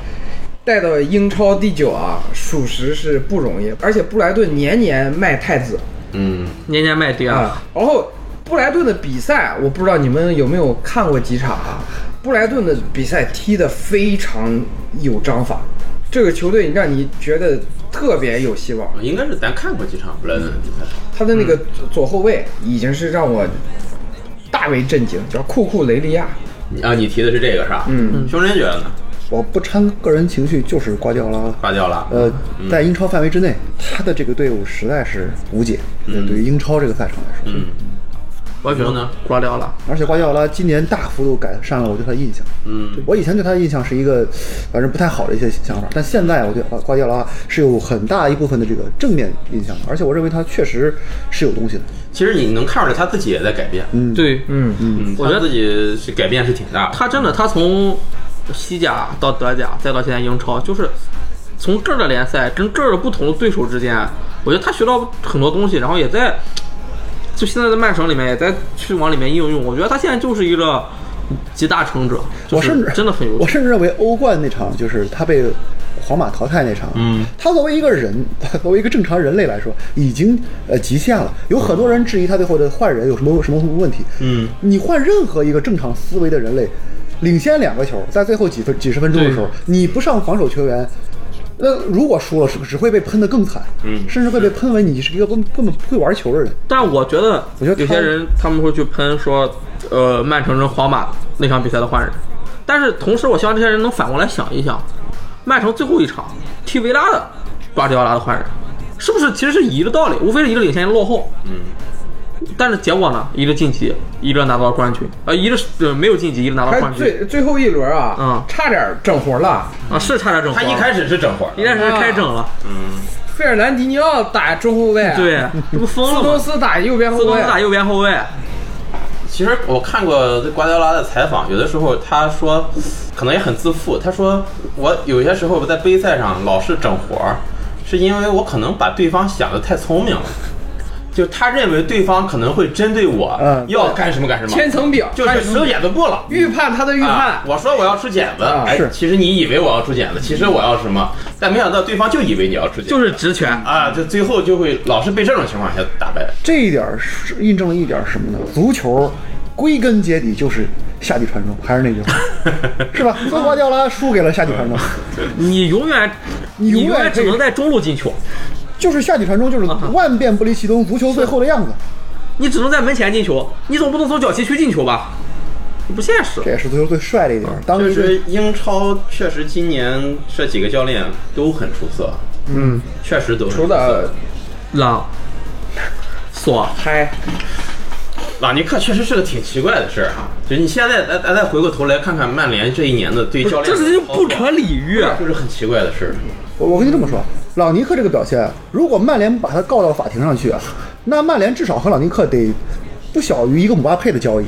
Speaker 4: 带到英超第九啊，属实是不容易。而且布莱顿年年卖太子，
Speaker 1: 嗯，
Speaker 2: 年年卖爹啊，
Speaker 4: 啊。然后布莱顿的比赛，我不知道你们有没有看过几场啊？布莱顿的比赛踢得非常有章法，这个球队让你觉得特别有希望。
Speaker 1: 应该是咱看过几场布莱顿的比赛。
Speaker 4: 他的那
Speaker 2: 嗯
Speaker 4: 个左左后卫已经是让我大为震惊，叫库库雷利亚。
Speaker 1: 你啊，你提的是这个是吧？
Speaker 4: 嗯，
Speaker 1: 胸针觉得呢？
Speaker 3: 我不掺个人情绪，就是瓜迪奥拉。
Speaker 1: 挂掉了。
Speaker 3: 呃，在英超范围之内，他的这个队伍实在是无解。对于英超这个赛场来说，
Speaker 1: 嗯，
Speaker 2: 我觉
Speaker 1: 然后
Speaker 2: 得
Speaker 1: 呢
Speaker 3: 嗯
Speaker 2: 抓掉了，
Speaker 3: 而且瓜迪奥拉今年大幅度改善了我对他的印象。
Speaker 1: 嗯，
Speaker 3: 我以前对他的印象是一个，反正不太好的一些想法，但现在我对瓜瓜迪奥拉是有很大一部分的这个正面印象的，而且我认为他确实是有东西的。
Speaker 1: 其实你能看出来他自己也在改变。
Speaker 3: 嗯，，
Speaker 2: 对，
Speaker 4: 嗯嗯，
Speaker 1: 嗯，
Speaker 2: 我觉
Speaker 1: 他
Speaker 2: 得
Speaker 1: 自己是改变是挺大的。
Speaker 2: 他真的，他从西甲到德甲，再到现在英超，就是从这儿的联赛跟这儿的不同的对手之间，我觉得他学到很多东西，然后也在就现在的曼城里面也在去往里面应用。我觉得他现在就是一个集大成者，就
Speaker 3: 我
Speaker 2: 是
Speaker 3: 甚至
Speaker 2: 真的很优
Speaker 3: 我
Speaker 2: 秀。
Speaker 3: 甚至认为欧冠那场就是他被皇马淘汰那场，
Speaker 1: 嗯，
Speaker 3: 他作为一个人， 他作为一个正常人类来说，已经呃极限了。有很多人质疑他最后的换人有什么什么问题，
Speaker 1: 嗯，
Speaker 3: 你换任何一个正常思维的人类，领先两个球，在最后几分几十分钟的时候，你不上防守球员。那如果输了，是只会被喷得更惨，
Speaker 1: 嗯
Speaker 3: 甚至会被喷为你是一个根根本不会玩球的人。
Speaker 2: 但我觉得
Speaker 3: 我觉得
Speaker 2: 有
Speaker 3: 他
Speaker 2: 些人他们会去喷说，呃，曼城跟皇马那场比赛的换人，但是同时我希望这些人能反过来想一想，曼城最后一场踢维拉的瓜迪奥拉的换人，是不是其实是一个道理，无非是一个领先一个落后，
Speaker 1: 嗯，
Speaker 2: 但是结果呢，一个晋级，一个拿到了冠军，呃，一个是、呃、没有晋级，一个拿到了
Speaker 4: 他
Speaker 2: 冠军，
Speaker 4: 最最后一轮啊，
Speaker 2: 嗯
Speaker 4: 差点整活了。
Speaker 2: 啊，是差点整活
Speaker 1: 他
Speaker 2: 了，
Speaker 1: 一开始是整活儿
Speaker 2: 一开始是开整了，
Speaker 4: 费尔南迪尼奥打中后卫，，啊
Speaker 2: 对，这不疯
Speaker 4: 斯
Speaker 2: 了
Speaker 4: 通
Speaker 2: 吗？
Speaker 4: 斯打右边后
Speaker 2: 斯通
Speaker 4: 卫啊
Speaker 2: 斯，打右边后卫，
Speaker 1: 其实我看过对瓜迪奥拉的采访，有的时候他说，可能也很自负。他说我有些时候在杯赛上老是整活儿，是因为我可能把对方想的太聪明了，就他认为对方可能会针对我，
Speaker 3: 嗯
Speaker 1: 要干什么干什么，
Speaker 4: 千层饼，
Speaker 1: 就
Speaker 4: 他
Speaker 1: 是手剪子布了。
Speaker 4: 预判他的预
Speaker 1: 啊
Speaker 4: 判！，
Speaker 1: 我说我要出剪子，
Speaker 4: 啊
Speaker 1: 哎
Speaker 3: 是，
Speaker 1: 其实你以为我要出剪子，其实我要什么，但没想到对方就以为你要出剪子，
Speaker 2: 就是直拳，
Speaker 1: 啊，就最后就会老是被这种情况下打败。
Speaker 3: 这一点儿是印证了一点儿什么呢？足球归根结底就是下底传中，还是那 句话，是吧？所以瓜迪奥拉输给了下底传中，
Speaker 2: 你永远，
Speaker 3: 你永
Speaker 2: 你
Speaker 3: 远
Speaker 2: 永远只
Speaker 3: 可以
Speaker 2: 能在中路进球。
Speaker 3: 就是下底传中，就是
Speaker 1: 啊
Speaker 3: 万变不离其宗，足球最后的样子，
Speaker 2: 你只能在门前进球，你总不能从角旗区进球吧？不现实
Speaker 3: 这。也是足球最帅的一点儿。
Speaker 2: 哦
Speaker 3: 当
Speaker 1: 就
Speaker 3: 一个
Speaker 1: 是英超确实今年这几个教练都很出色，
Speaker 4: 嗯，
Speaker 1: 确实都很
Speaker 4: 除了
Speaker 2: 朗、索、
Speaker 4: 嗨，
Speaker 1: 朗尼克确实是个挺奇怪的事儿哈。就你现在咱咱再回过头来看看曼联这一年的对教练的
Speaker 2: 这是就
Speaker 1: 操
Speaker 2: 不
Speaker 1: 作
Speaker 2: 可理喻。
Speaker 1: 就是很奇怪的事儿。
Speaker 3: 我我跟你这么说，朗尼克这个表现，如果曼联把他告到法庭上去，啊那曼联至少和朗尼克得不小于一个姆巴佩的交易。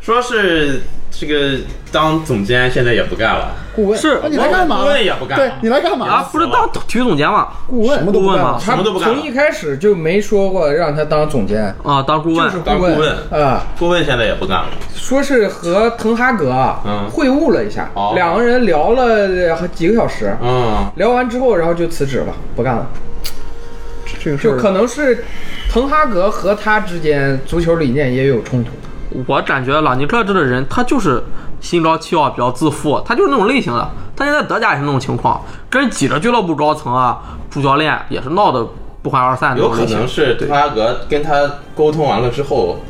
Speaker 1: 说是这个当总监现在也不干了，
Speaker 3: 顾问啊
Speaker 2: 是
Speaker 3: 那你来干嘛？
Speaker 1: 我顾问也不干
Speaker 3: 对你来干
Speaker 2: 啊，
Speaker 3: 嘛？
Speaker 2: 不是当体育总监吗？
Speaker 3: 顾问什么都不干
Speaker 2: 顾问
Speaker 3: 了
Speaker 2: 嘛
Speaker 1: 什
Speaker 4: 他
Speaker 1: 么都不干了
Speaker 4: 从一开始就没说过让他当总监，
Speaker 2: 啊，当顾问
Speaker 4: 就是
Speaker 1: 当顾
Speaker 4: 顾
Speaker 1: 问
Speaker 4: 啊，
Speaker 1: 顾问现在也不干了。
Speaker 4: 说是和滕哈格啊
Speaker 1: 嗯
Speaker 4: 会晤了一下
Speaker 1: 哦，
Speaker 4: 两个人聊了几个小时，
Speaker 1: 嗯，
Speaker 4: 聊完之后，然后就辞职了，不干了，
Speaker 3: 这个事
Speaker 4: 就可
Speaker 3: 儿，
Speaker 4: 能是滕哈格和他之间足球理念也有冲突。
Speaker 2: 我感觉朗尼克这个人，他就是新招弃药比较自负，他就是那种类型的。他现在德甲也是那种情况，跟几个俱乐部高层啊、主教练也是闹得不欢而散的那
Speaker 1: 有
Speaker 2: 种
Speaker 1: 可
Speaker 2: 类型
Speaker 1: 能。是滕哈格跟他沟通完了之后，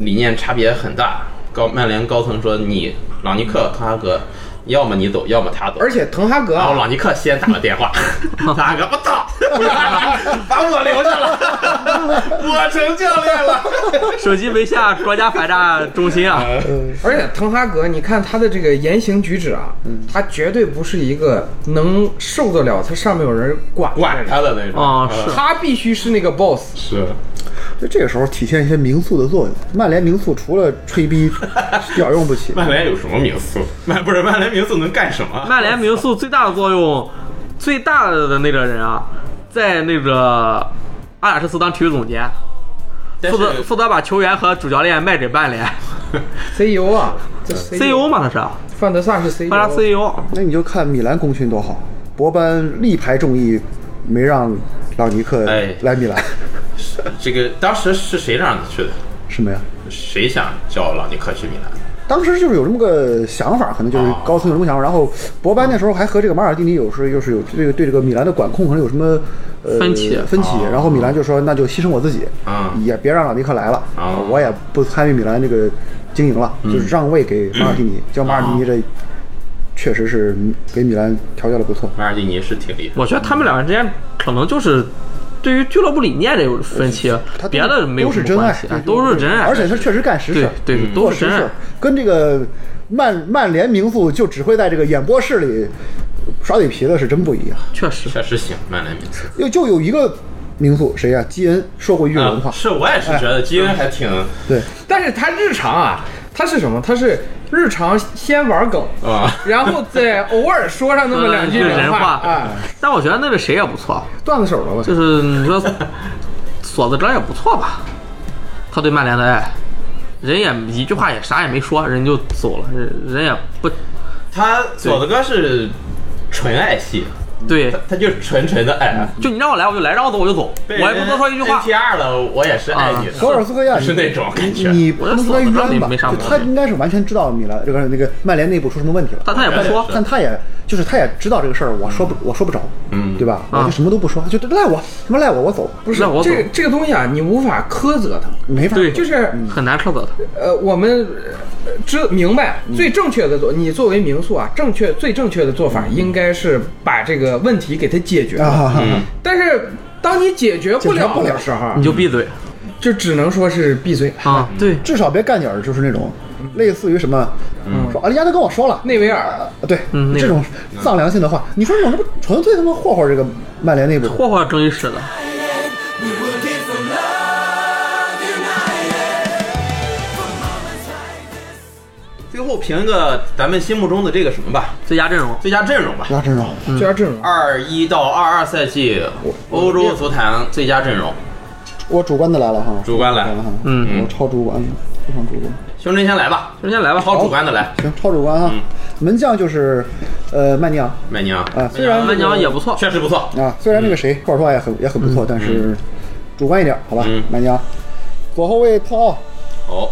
Speaker 1: 理念差别很大。高曼联高层说你朗尼克、滕哈格，要么你走，要么他走。
Speaker 4: 而且滕哈格
Speaker 1: 然后
Speaker 4: 啊，
Speaker 1: 朗尼克先打了电 话，滕哈格，我操， 把我留下了， 我成教练了。
Speaker 2: 手机没下国家反诈中心啊，
Speaker 4: 而且滕哈格，你看他的这个言行举止啊，
Speaker 1: 嗯
Speaker 4: 他绝对不是一个能受得了他上面有人管的
Speaker 1: 管
Speaker 4: 人
Speaker 1: 他的那种
Speaker 2: 啊是
Speaker 4: 他必须是那个 boss。
Speaker 1: 哦是
Speaker 3: 就这个时候体现一些名宿的作用。曼联名宿除了吹逼，一点用不起。
Speaker 1: 曼联有什么名宿？曼不是曼联名宿能干什么？
Speaker 2: 曼联名宿最大的作用，最大的那个人啊，在那个阿贾克斯当体育总监，
Speaker 1: 但
Speaker 2: 负
Speaker 1: 是
Speaker 2: 责负责把球员和主教练卖给 曼联
Speaker 4: CEO 啊，这
Speaker 1: 嗯 E
Speaker 2: CEO 嘛，他是啊
Speaker 4: 范德萨是 E CEO，
Speaker 2: 曼联 CEO。
Speaker 3: 那你就看米兰功勋多好，博班力排众议，没让朗尼克
Speaker 1: 哎
Speaker 3: 来米兰，
Speaker 1: 这个当时是谁让他去的？
Speaker 3: 什么呀？
Speaker 1: 谁想叫朗尼克去米兰？
Speaker 3: 当时就是有这么个想法，可能就是高层有这么想法，然后博班那时候还和这个马尔蒂尼有时又是有这个对这个米兰的管控可能有什么呃
Speaker 2: 分歧
Speaker 3: 分歧，然后米兰就说那就牺牲我自己，
Speaker 1: 嗯
Speaker 3: 也别让朗尼克来了，
Speaker 1: 哦
Speaker 3: 我也不参与米兰这个经营了，就是让位给马尔蒂尼，叫马尔蒂尼这确实是给米兰调教的不错，
Speaker 1: 马尔蒂尼是挺厉害的。
Speaker 2: 我觉得他们两个人之间可能就是对于俱乐部理念这有分歧
Speaker 3: 他，都
Speaker 2: 别的没有
Speaker 3: 都
Speaker 2: 什
Speaker 3: 是真
Speaker 2: 么
Speaker 3: 爱
Speaker 2: 关系，啊，，
Speaker 3: 对
Speaker 2: 都是真爱，
Speaker 3: 而且他确实干实事
Speaker 2: 对，对
Speaker 1: 嗯
Speaker 2: 都是
Speaker 3: 做
Speaker 2: 真
Speaker 3: 实事
Speaker 2: 爱。，
Speaker 3: 跟这个曼曼联名宿就只会在这个演播室里耍嘴皮子是真不一样。
Speaker 2: 确实。
Speaker 1: 确实行，曼联名宿。
Speaker 3: 又就有一个民宿，谁呀、基恩说过一
Speaker 2: 啊
Speaker 3: 句文化，
Speaker 1: 嗯，是我也是觉得基恩还挺
Speaker 3: 对，
Speaker 4: 但是他日常啊，他是什么？他是日常先玩梗，
Speaker 1: 啊，
Speaker 4: 然后再偶尔说上那么两句
Speaker 2: 嗯 人
Speaker 4: 话
Speaker 2: 话
Speaker 3: 哎
Speaker 4: 啊，
Speaker 2: 但我觉得那个谁也不错，
Speaker 4: 段子手了吧
Speaker 2: 就？是你说索子哲也不错吧，他对曼联的爱，人也一句话也啥也没说，人就走了，人人也不
Speaker 1: 他左子哥是纯爱系，
Speaker 2: 对
Speaker 1: 他，他就是纯纯的爱，
Speaker 2: 就你让我来我就来，让我走我就走，我也不多说一句话啊
Speaker 1: T。R 了，我也是爱你的，
Speaker 3: 索尔斯克亚
Speaker 1: 是那种感觉。
Speaker 3: 你不能说他
Speaker 2: 我觉得索德
Speaker 3: 冤吧
Speaker 2: 没没啥，
Speaker 3: 就
Speaker 2: 毛病
Speaker 3: 他应该是完全知道米兰这个那个曼联内部出什么问题了，
Speaker 2: 但他也不说，
Speaker 3: 但他也就是他也知道这个事儿，我说不我说不着，
Speaker 1: 嗯
Speaker 3: 对吧？
Speaker 2: 啊
Speaker 3: 我就什么都不说，就赖我什么赖我，我走，
Speaker 4: 不是
Speaker 2: 那我
Speaker 4: 这个
Speaker 2: 懂
Speaker 4: 这个东西啊，你无法苛责他，
Speaker 3: 没法。
Speaker 2: 对，
Speaker 4: 就是
Speaker 2: 很难克责他。
Speaker 4: 呃，我们呃知明白最正确的做，你作为民宿啊，正确最正确的做法应该是把这个问题给它解决。
Speaker 2: 嗯
Speaker 3: 啊，
Speaker 4: 但是当你解决不
Speaker 3: 解决
Speaker 4: 了
Speaker 3: 不了
Speaker 4: 的时候
Speaker 2: 你，就闭嘴
Speaker 4: 就只能说是闭嘴。
Speaker 2: 啊！对，
Speaker 3: 至少别干点儿就是那种类似于什么，说啊，人家都跟我说了，
Speaker 4: 内维尔，
Speaker 3: 啊对
Speaker 2: 嗯那嗯
Speaker 3: 这种丧良心的话，你说这种这不纯粹他妈霍霍这个曼联内部？
Speaker 2: 霍霍争一室的，
Speaker 5: We will get from love united.
Speaker 1: 最后评一个咱们心目中的这个什么吧，
Speaker 2: 最佳阵容
Speaker 1: 最佳阵容吧。
Speaker 3: 那真是。
Speaker 2: 嗯
Speaker 4: 就要这种。
Speaker 1: 二一到二二赛季欧洲足坛最佳阵容，
Speaker 3: 我主观的来了哈，
Speaker 1: 主观来
Speaker 3: 了哈，
Speaker 2: 嗯
Speaker 3: 我超主观的，非常主观。
Speaker 1: 兄弟先来吧，
Speaker 2: 兄弟先来吧
Speaker 1: 超主观的来，
Speaker 3: 行，超主观哈。啊
Speaker 1: 嗯
Speaker 3: 门将就是，呃，曼尼昂
Speaker 1: 麦娘
Speaker 2: 嗯
Speaker 3: 啊，虽然
Speaker 2: 曼尼昂也不错，
Speaker 1: 确实不错，
Speaker 3: 啊，虽然那个谁，库尔图瓦也很也很不
Speaker 2: 嗯
Speaker 3: 错，但是主观一点，好吧
Speaker 1: 嗯，
Speaker 3: 曼尼昂。左后卫特奥，
Speaker 1: 哦，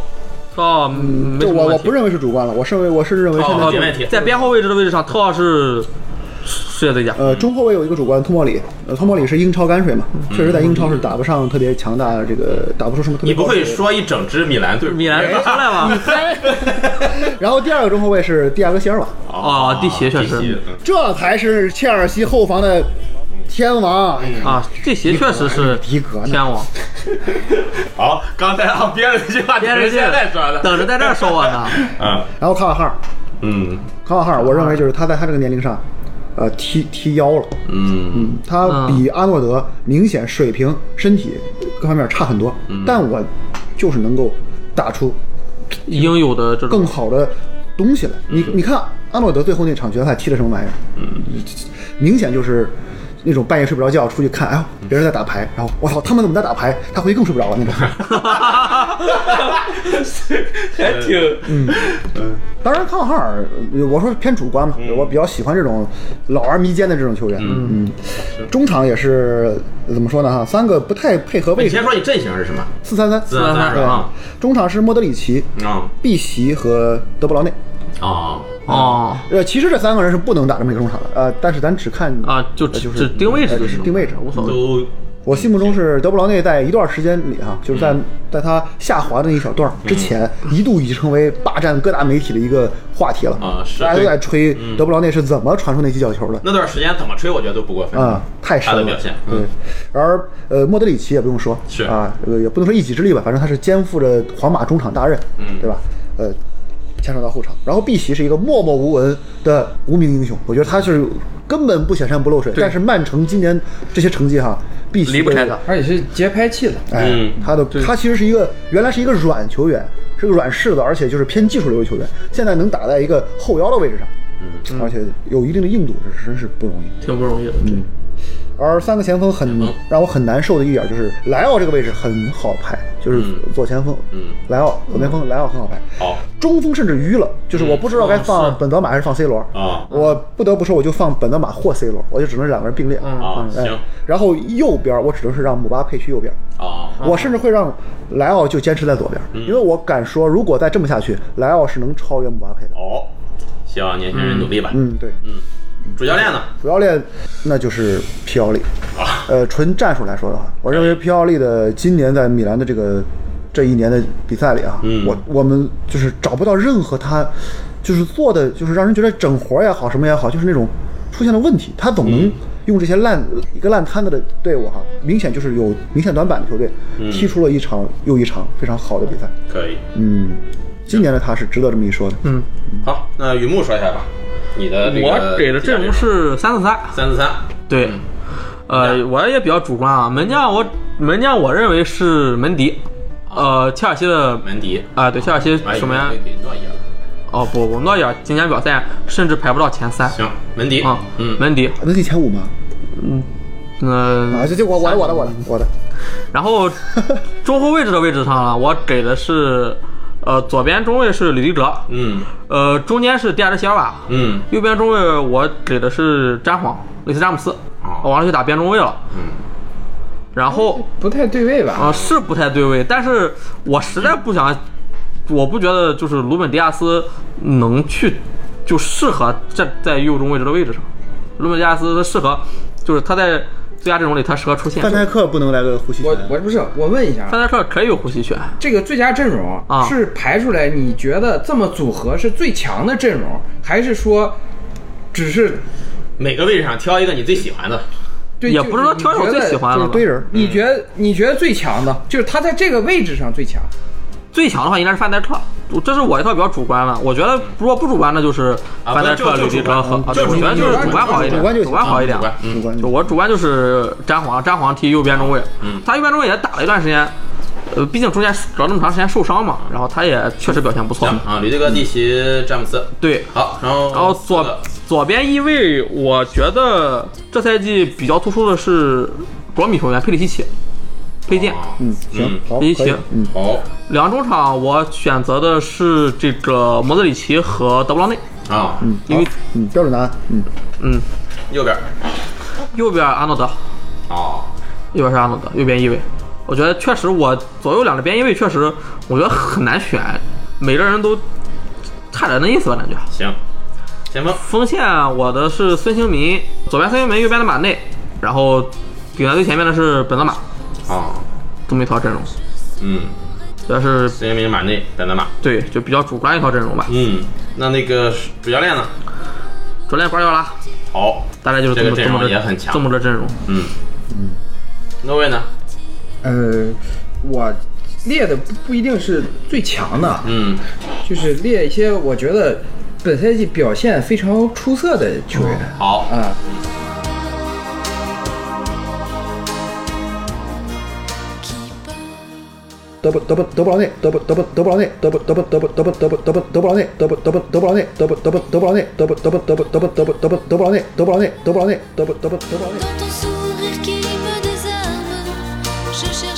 Speaker 2: 哦，没
Speaker 3: 这
Speaker 2: 什么
Speaker 3: 我
Speaker 2: 问
Speaker 3: 我
Speaker 2: 题啊
Speaker 3: 不认为是主观了，我认为我是认为现
Speaker 1: 哦没
Speaker 3: 在
Speaker 1: 问题
Speaker 2: 在边后位置的位置上，特奥是世界最佳。
Speaker 3: 呃中后卫有一个主观，托莫里，呃托莫里是英超干水嘛，确实在英超是打不上特别强大，这个打不出什么特别。
Speaker 1: 你不会？啊说一整支米兰队
Speaker 2: 米兰出来吧？
Speaker 3: 然后第二个中后卫是蒂亚戈席尔瓦，
Speaker 1: 哦
Speaker 2: 哦地协确实
Speaker 1: 地协嗯
Speaker 3: 这才是切尔西后防的天王。
Speaker 1: 嗯
Speaker 3: 哎呀
Speaker 2: 啊，这鞋确实是
Speaker 3: 迪哎格呢
Speaker 2: 天王，
Speaker 1: 好，刚才啊编了一句话，
Speaker 2: 别
Speaker 1: 你
Speaker 2: 人
Speaker 1: 是现在说的，
Speaker 2: 等着在这儿说我 呢。
Speaker 1: 嗯
Speaker 3: 然后卡瓦哈尔，
Speaker 1: 嗯
Speaker 3: 卡瓦哈尔，我认为就是他在他这个年龄上，呃，踢踢腰了。
Speaker 1: 嗯，
Speaker 3: 嗯，他比阿诺德明显水平、身体各方面差很多，
Speaker 1: 嗯
Speaker 3: 但我就是能够打出
Speaker 2: 应有的这种
Speaker 3: 更好的东西来。你你看阿诺德最后那场决赛踢的什么玩意儿？嗯明显就是那种半夜睡不着觉出去看，哎呦，别人在打牌，然后我操，他们怎么在打牌？他回去更睡不着了那种。
Speaker 1: 还挺
Speaker 3: 嗯当然，康哈尔，呃我说偏主观嘛，我比较喜欢这种老而弥坚的这种球员。嗯，中场也是呃怎么说呢哈，三个不太配合位
Speaker 1: 你
Speaker 3: 置
Speaker 1: 先，说你阵型是什么？
Speaker 3: 四三三，啊
Speaker 1: 4-3-3是
Speaker 3: 对
Speaker 1: 吧，
Speaker 3: 中场是莫德里奇、
Speaker 1: 啊，
Speaker 3: 碧玺和德布劳内，
Speaker 1: 啊，
Speaker 2: 哦
Speaker 3: 呃，其实这三个人是不能打这么一个中场的，呃，但是咱只看
Speaker 2: 啊，就
Speaker 3: 呃
Speaker 2: 只
Speaker 3: 就是
Speaker 2: 只定位置
Speaker 3: 呃
Speaker 2: 就
Speaker 3: 只
Speaker 2: 行，
Speaker 3: 定位置
Speaker 2: 无所谓。
Speaker 1: 都
Speaker 3: 我心目中是德布劳内在一段时间里哈、就是
Speaker 2: 嗯
Speaker 3: 在在他下滑的那一小段之前，一度已经成为霸占各大媒体的一个话题了
Speaker 1: 啊是
Speaker 3: 大家都
Speaker 1: 对
Speaker 3: 在吹
Speaker 2: 嗯
Speaker 3: 德布劳内是怎么传出那几脚球的。
Speaker 1: 那段时间怎么吹我觉得都不过分
Speaker 2: 嗯
Speaker 3: 啊、太深
Speaker 1: 他
Speaker 3: 了。
Speaker 1: 的表现，
Speaker 3: 对
Speaker 1: 嗯，，
Speaker 3: 而呃，莫德里奇也不用说，
Speaker 1: 是
Speaker 3: 啊，呃，也不能说一己之力吧，反正他是肩负着皇马中场大任，
Speaker 1: 嗯
Speaker 3: 对吧？呃，牵扯到后场，然后碧玺是一个默默无闻的无名英雄，我觉得他是根本不显山不漏水，但是曼城今年这些成绩哈，碧玺
Speaker 2: 离不
Speaker 3: 这个
Speaker 2: 开他
Speaker 4: 而且是节拍器的，
Speaker 3: 哎，
Speaker 1: 嗯
Speaker 3: 他的他其实是一个原来是一个软球员，是个软柿子，而且就是偏技术流的球员，现在能打在一个后腰的位置上，嗯，而且有一定的硬度，这是真是不容易。
Speaker 2: 挺不容易的，对。
Speaker 3: 而三个前锋很让我很难受的一点就是莱奥这个位置很好排，就是左前锋，
Speaker 1: 嗯哦
Speaker 3: 莱奥左边锋莱奥很好排，
Speaker 1: 好
Speaker 3: 中锋甚至淤了，就是我不知道该
Speaker 2: 哦
Speaker 3: 放
Speaker 2: 是
Speaker 3: 本泽马还是放 C 罗
Speaker 1: 啊
Speaker 3: 我不得不说我就放本泽马或 C 罗，我就只能两个人并列，
Speaker 1: 啊
Speaker 3: 哎
Speaker 1: 行
Speaker 3: 然后右边我只能是让姆巴佩去右边，
Speaker 1: 啊，嗯
Speaker 3: 我甚至会让莱奥就坚持在左边，因为我敢说，如果再这么下去，莱奥是能超越姆巴佩的。
Speaker 1: 哦，希望年轻人努力吧。
Speaker 3: 嗯，对，
Speaker 1: 主教练呢？
Speaker 3: 主教练那就是皮奥利。呃，纯战术来说的话，我认为皮奥利的今年在米兰的这个这一年的比赛里啊，
Speaker 1: 嗯
Speaker 3: 我我们就是找不到任何他就是做的就是让人觉得整活也好什么也好，就是那种出现了问题，他总能用这些烂、一个烂摊子的队伍哈，啊明显就是有明显短板的球队，踢出了一场又一场非常好的比赛。
Speaker 1: 可以，
Speaker 3: 嗯，今年的他是值得这么一说的。嗯，
Speaker 1: 好，那雨木说一下吧，你的这个嗯
Speaker 2: 我给的阵容是三四三，
Speaker 1: 三四三，
Speaker 2: 对，呃，我也比较主观啊。门将我门将我认为是门迪，呃，切尔西的
Speaker 1: 啊门迪
Speaker 2: 啊，对，切尔西什么呀
Speaker 1: 哎？给给诺伊尔
Speaker 2: 哦不，我们诺伊尔今年表现甚至排不到前三
Speaker 1: 行，门迪
Speaker 2: 啊，
Speaker 1: 嗯，
Speaker 2: 门迪，
Speaker 3: 能进前五吗？
Speaker 2: 嗯
Speaker 3: 啊，，这这我我的我的我的我的，
Speaker 2: 然后中后卫这个位置上啊，我给的是，呃，左边中卫是吕迪哲，
Speaker 1: 嗯
Speaker 2: 呃，中间是蒂亚德席尔瓦，
Speaker 1: 嗯
Speaker 2: 右边中卫我给的是詹皇，类似詹姆斯，
Speaker 1: 哦
Speaker 2: 我完了就打边中卫了，
Speaker 1: 嗯，
Speaker 2: 然后。
Speaker 3: 嗯
Speaker 4: 不太对位吧？
Speaker 2: 啊、是不太对位，但是我实在不想，我不觉得就是鲁本迪亚斯能去就适合在在右中位置的位置上。鲁本迪亚斯他适合，就是他在最佳阵容里他适合出现。
Speaker 3: 范戴克不能来个呼吸
Speaker 4: 我
Speaker 3: 权
Speaker 4: 我不是我问一下啊，
Speaker 2: 范戴克可以有呼吸权，
Speaker 4: 这个最佳阵容
Speaker 2: 啊
Speaker 4: 是排出来，你觉得这么组合是最强的阵容，还是说只是
Speaker 1: 每个位置上挑一个你最喜欢的，
Speaker 4: 对？
Speaker 2: 也
Speaker 4: 就
Speaker 2: 不是说挑选我最喜欢嗯
Speaker 3: 就
Speaker 2: 的
Speaker 3: 是
Speaker 2: 吧。
Speaker 3: 堆人儿。
Speaker 4: 你觉得你觉得最强的，就是他在这个位置上最强，
Speaker 2: 最强的话应该是范戴克，这是我一套比较主观了。我觉得如果不主观的，就是
Speaker 1: 啊
Speaker 2: 范戴
Speaker 1: 不
Speaker 2: 克、
Speaker 1: 是就
Speaker 2: 吕迪哲和
Speaker 1: 就主观嗯就主观
Speaker 2: 啊，对我觉得就是
Speaker 1: 就
Speaker 2: 主观好一点，
Speaker 3: 主观就行
Speaker 2: 主观好一点
Speaker 1: 主。观嗯
Speaker 3: 有关
Speaker 2: 就我主观就是詹皇，詹皇踢右边中卫，
Speaker 1: 嗯
Speaker 2: 他右边中卫也打了一段时间，呃，毕竟中间隔了那么长时间受伤嘛，然后他也确实表现不错
Speaker 1: 行，啊，吕迪格、蒂奇、詹姆斯，
Speaker 2: 对。
Speaker 1: 好，然后
Speaker 2: 然后
Speaker 1: 这
Speaker 2: 哦左
Speaker 1: 个
Speaker 2: 左边翼位，我觉得这赛季比较突出的是国米球员佩里西奇、佩剑。
Speaker 1: 啊
Speaker 3: 嗯，行
Speaker 1: 嗯，
Speaker 3: 好，
Speaker 2: 李奇
Speaker 3: 可以嗯，
Speaker 1: 好
Speaker 2: 两中场我选择的是这个莫德里奇和德布劳内，
Speaker 1: 啊，
Speaker 2: 因为
Speaker 3: 好嗯，标准答案，嗯，
Speaker 2: 嗯，
Speaker 1: 右边
Speaker 2: 右边阿诺德，
Speaker 1: 啊，
Speaker 2: 右边是阿诺德，右边一位。我觉得确实，我左右两个边一位确实，我觉得很难选，每个人都差点那意思吧，感觉。
Speaker 1: 行，前锋
Speaker 2: 锋线我的是孙兴民，左边孙兴民，右边的马内，然后顶在最前面的是本泽马，
Speaker 1: 啊，
Speaker 2: 这么一套阵容，
Speaker 1: 嗯，
Speaker 2: 主要是
Speaker 1: 孙兴民、马内、本泽马，
Speaker 2: 对，就比较主观一套阵容吧。
Speaker 1: 嗯，那那个主教练呢？
Speaker 2: 主练瓜迪奥拉，
Speaker 1: 好，
Speaker 2: 大概就是这么
Speaker 1: 这个阵
Speaker 2: 这么
Speaker 1: 容
Speaker 2: 着
Speaker 1: 也很强
Speaker 2: 这么着阵容。
Speaker 1: 嗯嗯，诺维呢？
Speaker 4: 呃，我列的不不一定是最强的，
Speaker 1: 嗯
Speaker 4: 就是列一些我觉得本赛季表现非常出色的球员，
Speaker 2: 哦
Speaker 1: 好，
Speaker 4: 啊。
Speaker 3: 德布德布德布劳内，德布德布德布劳内，德布德布德布德布德布德布德布劳内，德布德布德布劳内，德布德布德布劳内，德布德布德布德布德布德布德布劳内，德布劳内，德布劳内，德布德布德布劳内。
Speaker 6: Dans ton sourire qui me désarme, je cherche